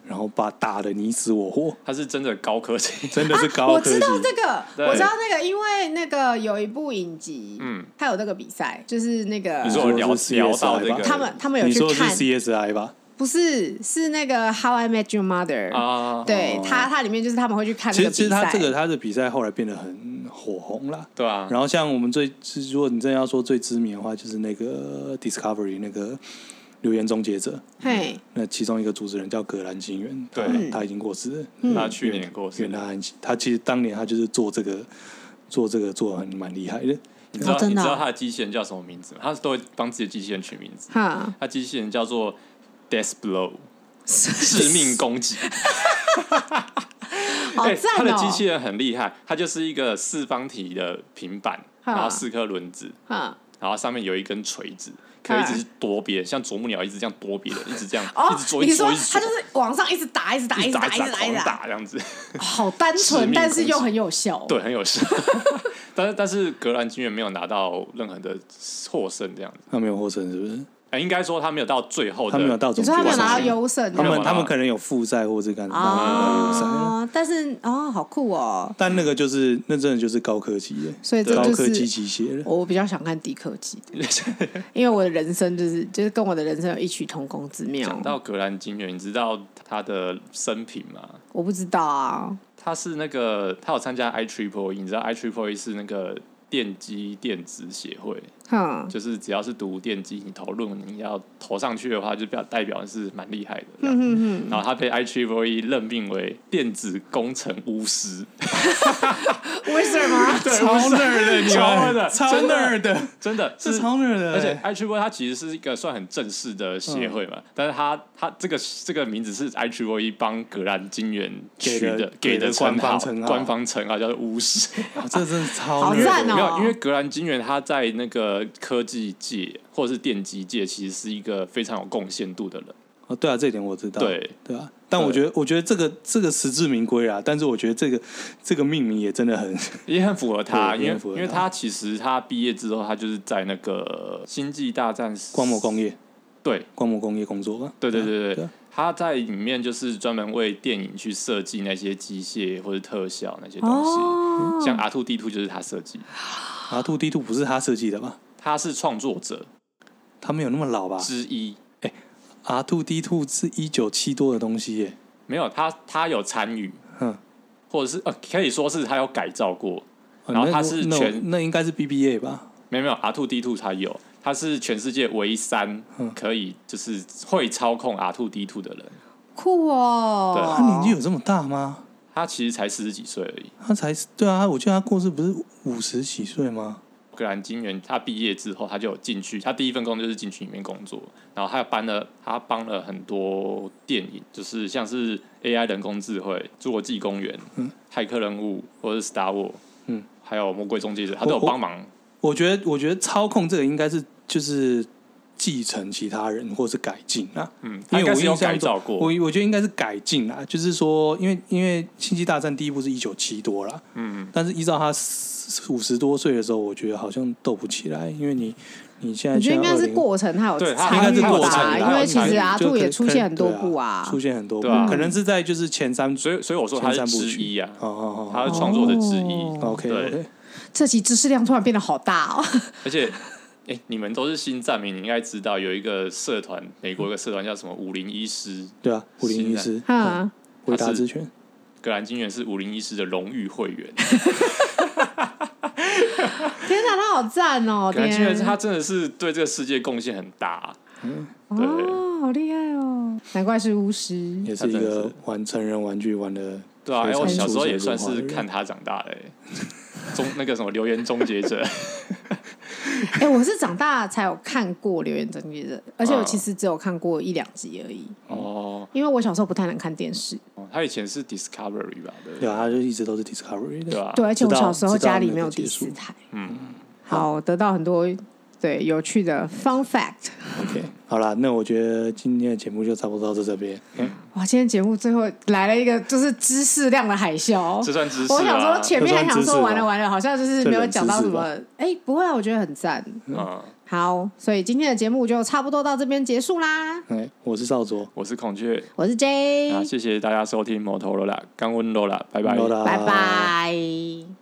A: 然后把打的你死我活，
B: 它是真的高科技，
A: 真哦的是高
C: 啊我
A: 科技
C: 知。道这个，
B: 对
C: 我知道那个，因为那个有一部影集，
B: 嗯，
C: 它有这个比赛，就是那个
B: <laughs> 你说
C: <laughs>
B: 我聊
A: 你说是
B: 聊到
A: CSI
B: 这
A: 吧
B: 个
C: 他们他们有
A: 你
C: 去
A: 说的是
C: 看，
A: CSI 吧？
C: 不是是那个《How I Met Your Mother》
B: 啊，
C: 对
A: 哦
C: 它它里面就是他们会去看
A: 其
C: 那
A: 实
C: 个
A: 其实
C: 比
A: 它
C: 赛，
A: 这个它的比赛后来变得很火红啦。
B: 对啊，
A: 然后像我们最，如果你真的要说最知名的话，就是那个 Discovery 那个留言终结者，
C: 嘿，
A: 那其中一个主持人叫葛兰清源，
B: 对
A: 他他已经过世了，
C: 嗯
B: 他去年过世
A: 愿他安息。他其实当年他就是做这个，做这个做得很蛮厉害的。
B: 你知道、
C: 哦真
B: 你
C: 的
B: 知
C: 啊
B: 道他的机器人叫什么名字吗？他都会帮自己的机器人取名字，
C: 哈，
B: 他机器人叫做 Death
C: <laughs>
B: Blow，致命攻击。
C: 好
B: 哎
C: 赞
B: 它的
C: 哦，
B: 机器人很厉害，它就是一个四方体的平板，
C: 哈
B: 然后四颗轮子，
C: 哈，
B: 然后上面有一根锤子，可以一
C: 嗨
B: 直多别人，像啄木鸟一直这样多别人，一直这样，
C: 哦
B: 一直，啄，一
C: 你
B: 直
C: 说
B: 啄，一直
C: 他
B: 啄
C: 就。是往上一直打，一直打，
B: 一直
C: 一直
B: 打，一
C: 打，一
B: 直
C: 直打，一
B: 狂
C: 直打，
B: 打这样子， <laughs>
C: 好单
B: 致
C: 纯，
B: 命
C: 但
B: 攻
C: 是
B: 击
C: 又很有效，
B: 对，很有效。 <laughs> 但是但是格兰金元没有拿到任何的获胜，这样子。
A: 他没有获胜是不是？
B: 哎，应该说他没有到最后的，
A: 他没有到总
C: 你
A: 决
C: 说他
A: 赛，
C: 没有拿啊到
B: 有
C: 优胜哦
A: 他
B: 没有
A: 们
B: 拿到
A: 他们可能有复赛或是干什么，没有拿到优赛。
C: 啊，但是哦，好酷哦，
A: 但那个就是那真的就是高科技耶，
C: 所以这
A: 高
C: 就
A: 科
C: 是
A: 技机械 <laughs> 了。
C: 我比较想看低科技的，因为我的人生就是就是跟我的人生有异曲同工之妙。
B: 讲到格兰金元，你知道他的生平吗？
C: 我不知道啊，
B: 他是那个他有参加 I Triple E，你知道 I Triple E 是那个电机电子协会，
C: 哼，
B: 就是只要是读电机，你投论文你要投上去的话，就表代表是蛮厉害的这样。
C: 嗯
B: 然后他被 I Triple E 任命为电子工程巫师，
C: 哼，为什么？
A: 超 nerd 的，你
B: 超
A: 们
B: nerd
A: 超
B: 真的
A: nerd 的，
B: <laughs> 真 <laughs> 的
A: 是超 nerd 的，
B: 而且 I Triple E 它其实是一个算很正式的协会
A: 嗯
B: 嘛，但是它它这个这个名字是 I Triple E 帮格兰金元取
A: 给的
B: 的
A: 给的
B: 的
A: 官方称
B: 称
A: 号
B: 号，官方称号叫做巫师。
A: 哇哦这真是超
C: 好
A: nerd
C: 赞哦
B: 没有，因为格兰金元他在那个科技界或者是电机界，其实是一个非常有贡献度的人。
A: 哦，对啊，这一点我知道。
B: 对，
A: 对啊，但我觉得，我觉得这个这个实至名归啊，但是我觉得这个这个命名也真的很，
B: 也很符合他，
A: 对
B: 因
A: 也
B: 为
A: 很符合他
B: 因为他其实他毕业之后，他就是在那个《星际大战》
A: 光魔工业，
B: 对
A: 光魔工业工作吧？
B: 对对对对
A: 对啊
B: 他在里面就是专门为电影去设计那些机械或者特效那些东西，
C: 哦，
B: 像 R Two D Two 就是他设计，
A: ，R two D two 不是他设计的吧？
B: 他是创作者
A: 他没有那么老吧
B: 之一。
A: ？R two D two 是一九七多的东西耶，
B: 没有他，他有参与，
A: 哼，
B: 或者是呃，可以说是他有改造过。
A: 哦
B: 然后
A: 那
B: 他是
A: 那
B: 全
A: 那应该是 BBA 吧？
B: 没有没有，R two D two 他有，他是全世界唯一三
A: 嗯
B: 可以就是会操控 R two D two 的人。
C: 酷
B: 对
C: 哦，
A: 他啊年纪有这么大吗？
B: 他其实才四十几岁而已。
A: 他才对啊，我记得他过世不是五十几岁吗？
B: 格兰金元他毕业之后，他就有进去，他第一份工作就是进去里面工作，然后他搬了，他帮了很多电影，就是像是 AI 人工智慧、侏罗纪公园、骇客任务或者是 Star War，
A: 嗯，
B: 还有魔鬼终结者，他都有
A: 我我
B: 帮忙。
A: 我觉得，我觉得操控这个应该是就是继承其他人或是改进啊。
B: 嗯，
A: 因
B: 他
A: 为
B: 应该
A: 我
B: 是有
A: 印象
B: 改造过，
A: 我我觉得应该是改进啦，就是说，因为因为《星际大战》第一部是一九七多啦，
B: 嗯，
A: 但是依照他五十多岁的时候，我觉得好像斗不起来，因为你你现在
C: 我觉得应该是
A: 20
C: 过程他有
B: 对他
A: 应
C: 参
A: 该
C: 与
A: 是
B: 他有
A: 过程
C: 吧，
A: 啦，
B: 参与
C: 因为其
B: 他有参
C: 实
B: 与
C: 阿
A: 就
C: 兔也
A: 可
C: 出现很多
A: 对
C: 部啊，
A: 出现很多部，
B: 对啊
A: 可能是在就是前三
B: 所以所以我说他
A: 前
B: 是
A: 三部
B: 之
A: 曲
B: 一啊，
A: 哦哦
B: 他
A: 哦
B: 是创作者之
C: 哦
B: 一。
A: ，OK
B: 对
A: OK，
C: 这集知识量突然变得好大哦，
B: <laughs> 而且，哎、你们都是新站民，你应该知道有一个社团，美国有一个社团叫什么五零医师，
A: 对啊，武林医师
C: 哈，
A: 回答之权，
B: 格兰金元是五零医师的荣誉会员。
C: 天哪，他好赞哦，
B: 格兰金元
C: 天，
B: 他真的是对这个世界贡献很大、对
C: 哦，好厉害哦，难怪是巫师，
A: 也是一
B: 他真的
A: 个
B: 是
A: 玩成人玩具玩的，
B: 对啊，哎、
A: 非常
B: 我小时候也
A: 出色
B: 算
A: 的
B: 是
A: 人
B: <laughs>
A: <laughs>
B: 看他长大的、哎终那个什么留言终结者，
C: 哎、我是长大才有看过《留言整理人》，而且我其实只有看过一两集而已，
B: 哦，
C: 因为我小时候不太能看电视。
B: 哦他以前是 Discovery 吧？对
A: 对
B: 不对
A: 啊，它就一直都是 Discovery 的。
B: 对啊吧？
C: 对，而且我
A: 知道
C: 小时候
A: 知道
C: 家里
A: 那个
C: 没有
A: 结
C: 第四
A: 束
C: 台。
B: 嗯，
C: 好，得到很多对有趣的 fun fact。
A: OK，好啦，那我觉得今天的节目就差不多到这边。
C: 哇，今天节目最后来了一个就是知识量的海啸哦
B: 这。算知识
C: 我想说
B: 啊。
C: 前面还想说完了完了，好像就是没有讲到什么
A: 这冷。
C: 哎、不会啊，我觉得很赞。
B: 嗯，
C: 好，所以今天的节目就差不多到这边结束啦。
A: 哎，我是少佐，
B: 我是孔雀，
C: 我是 J，
B: 那谢谢大家收听摩托罗拉，干温罗拉，拜拜。
A: 拜
C: 拜拜。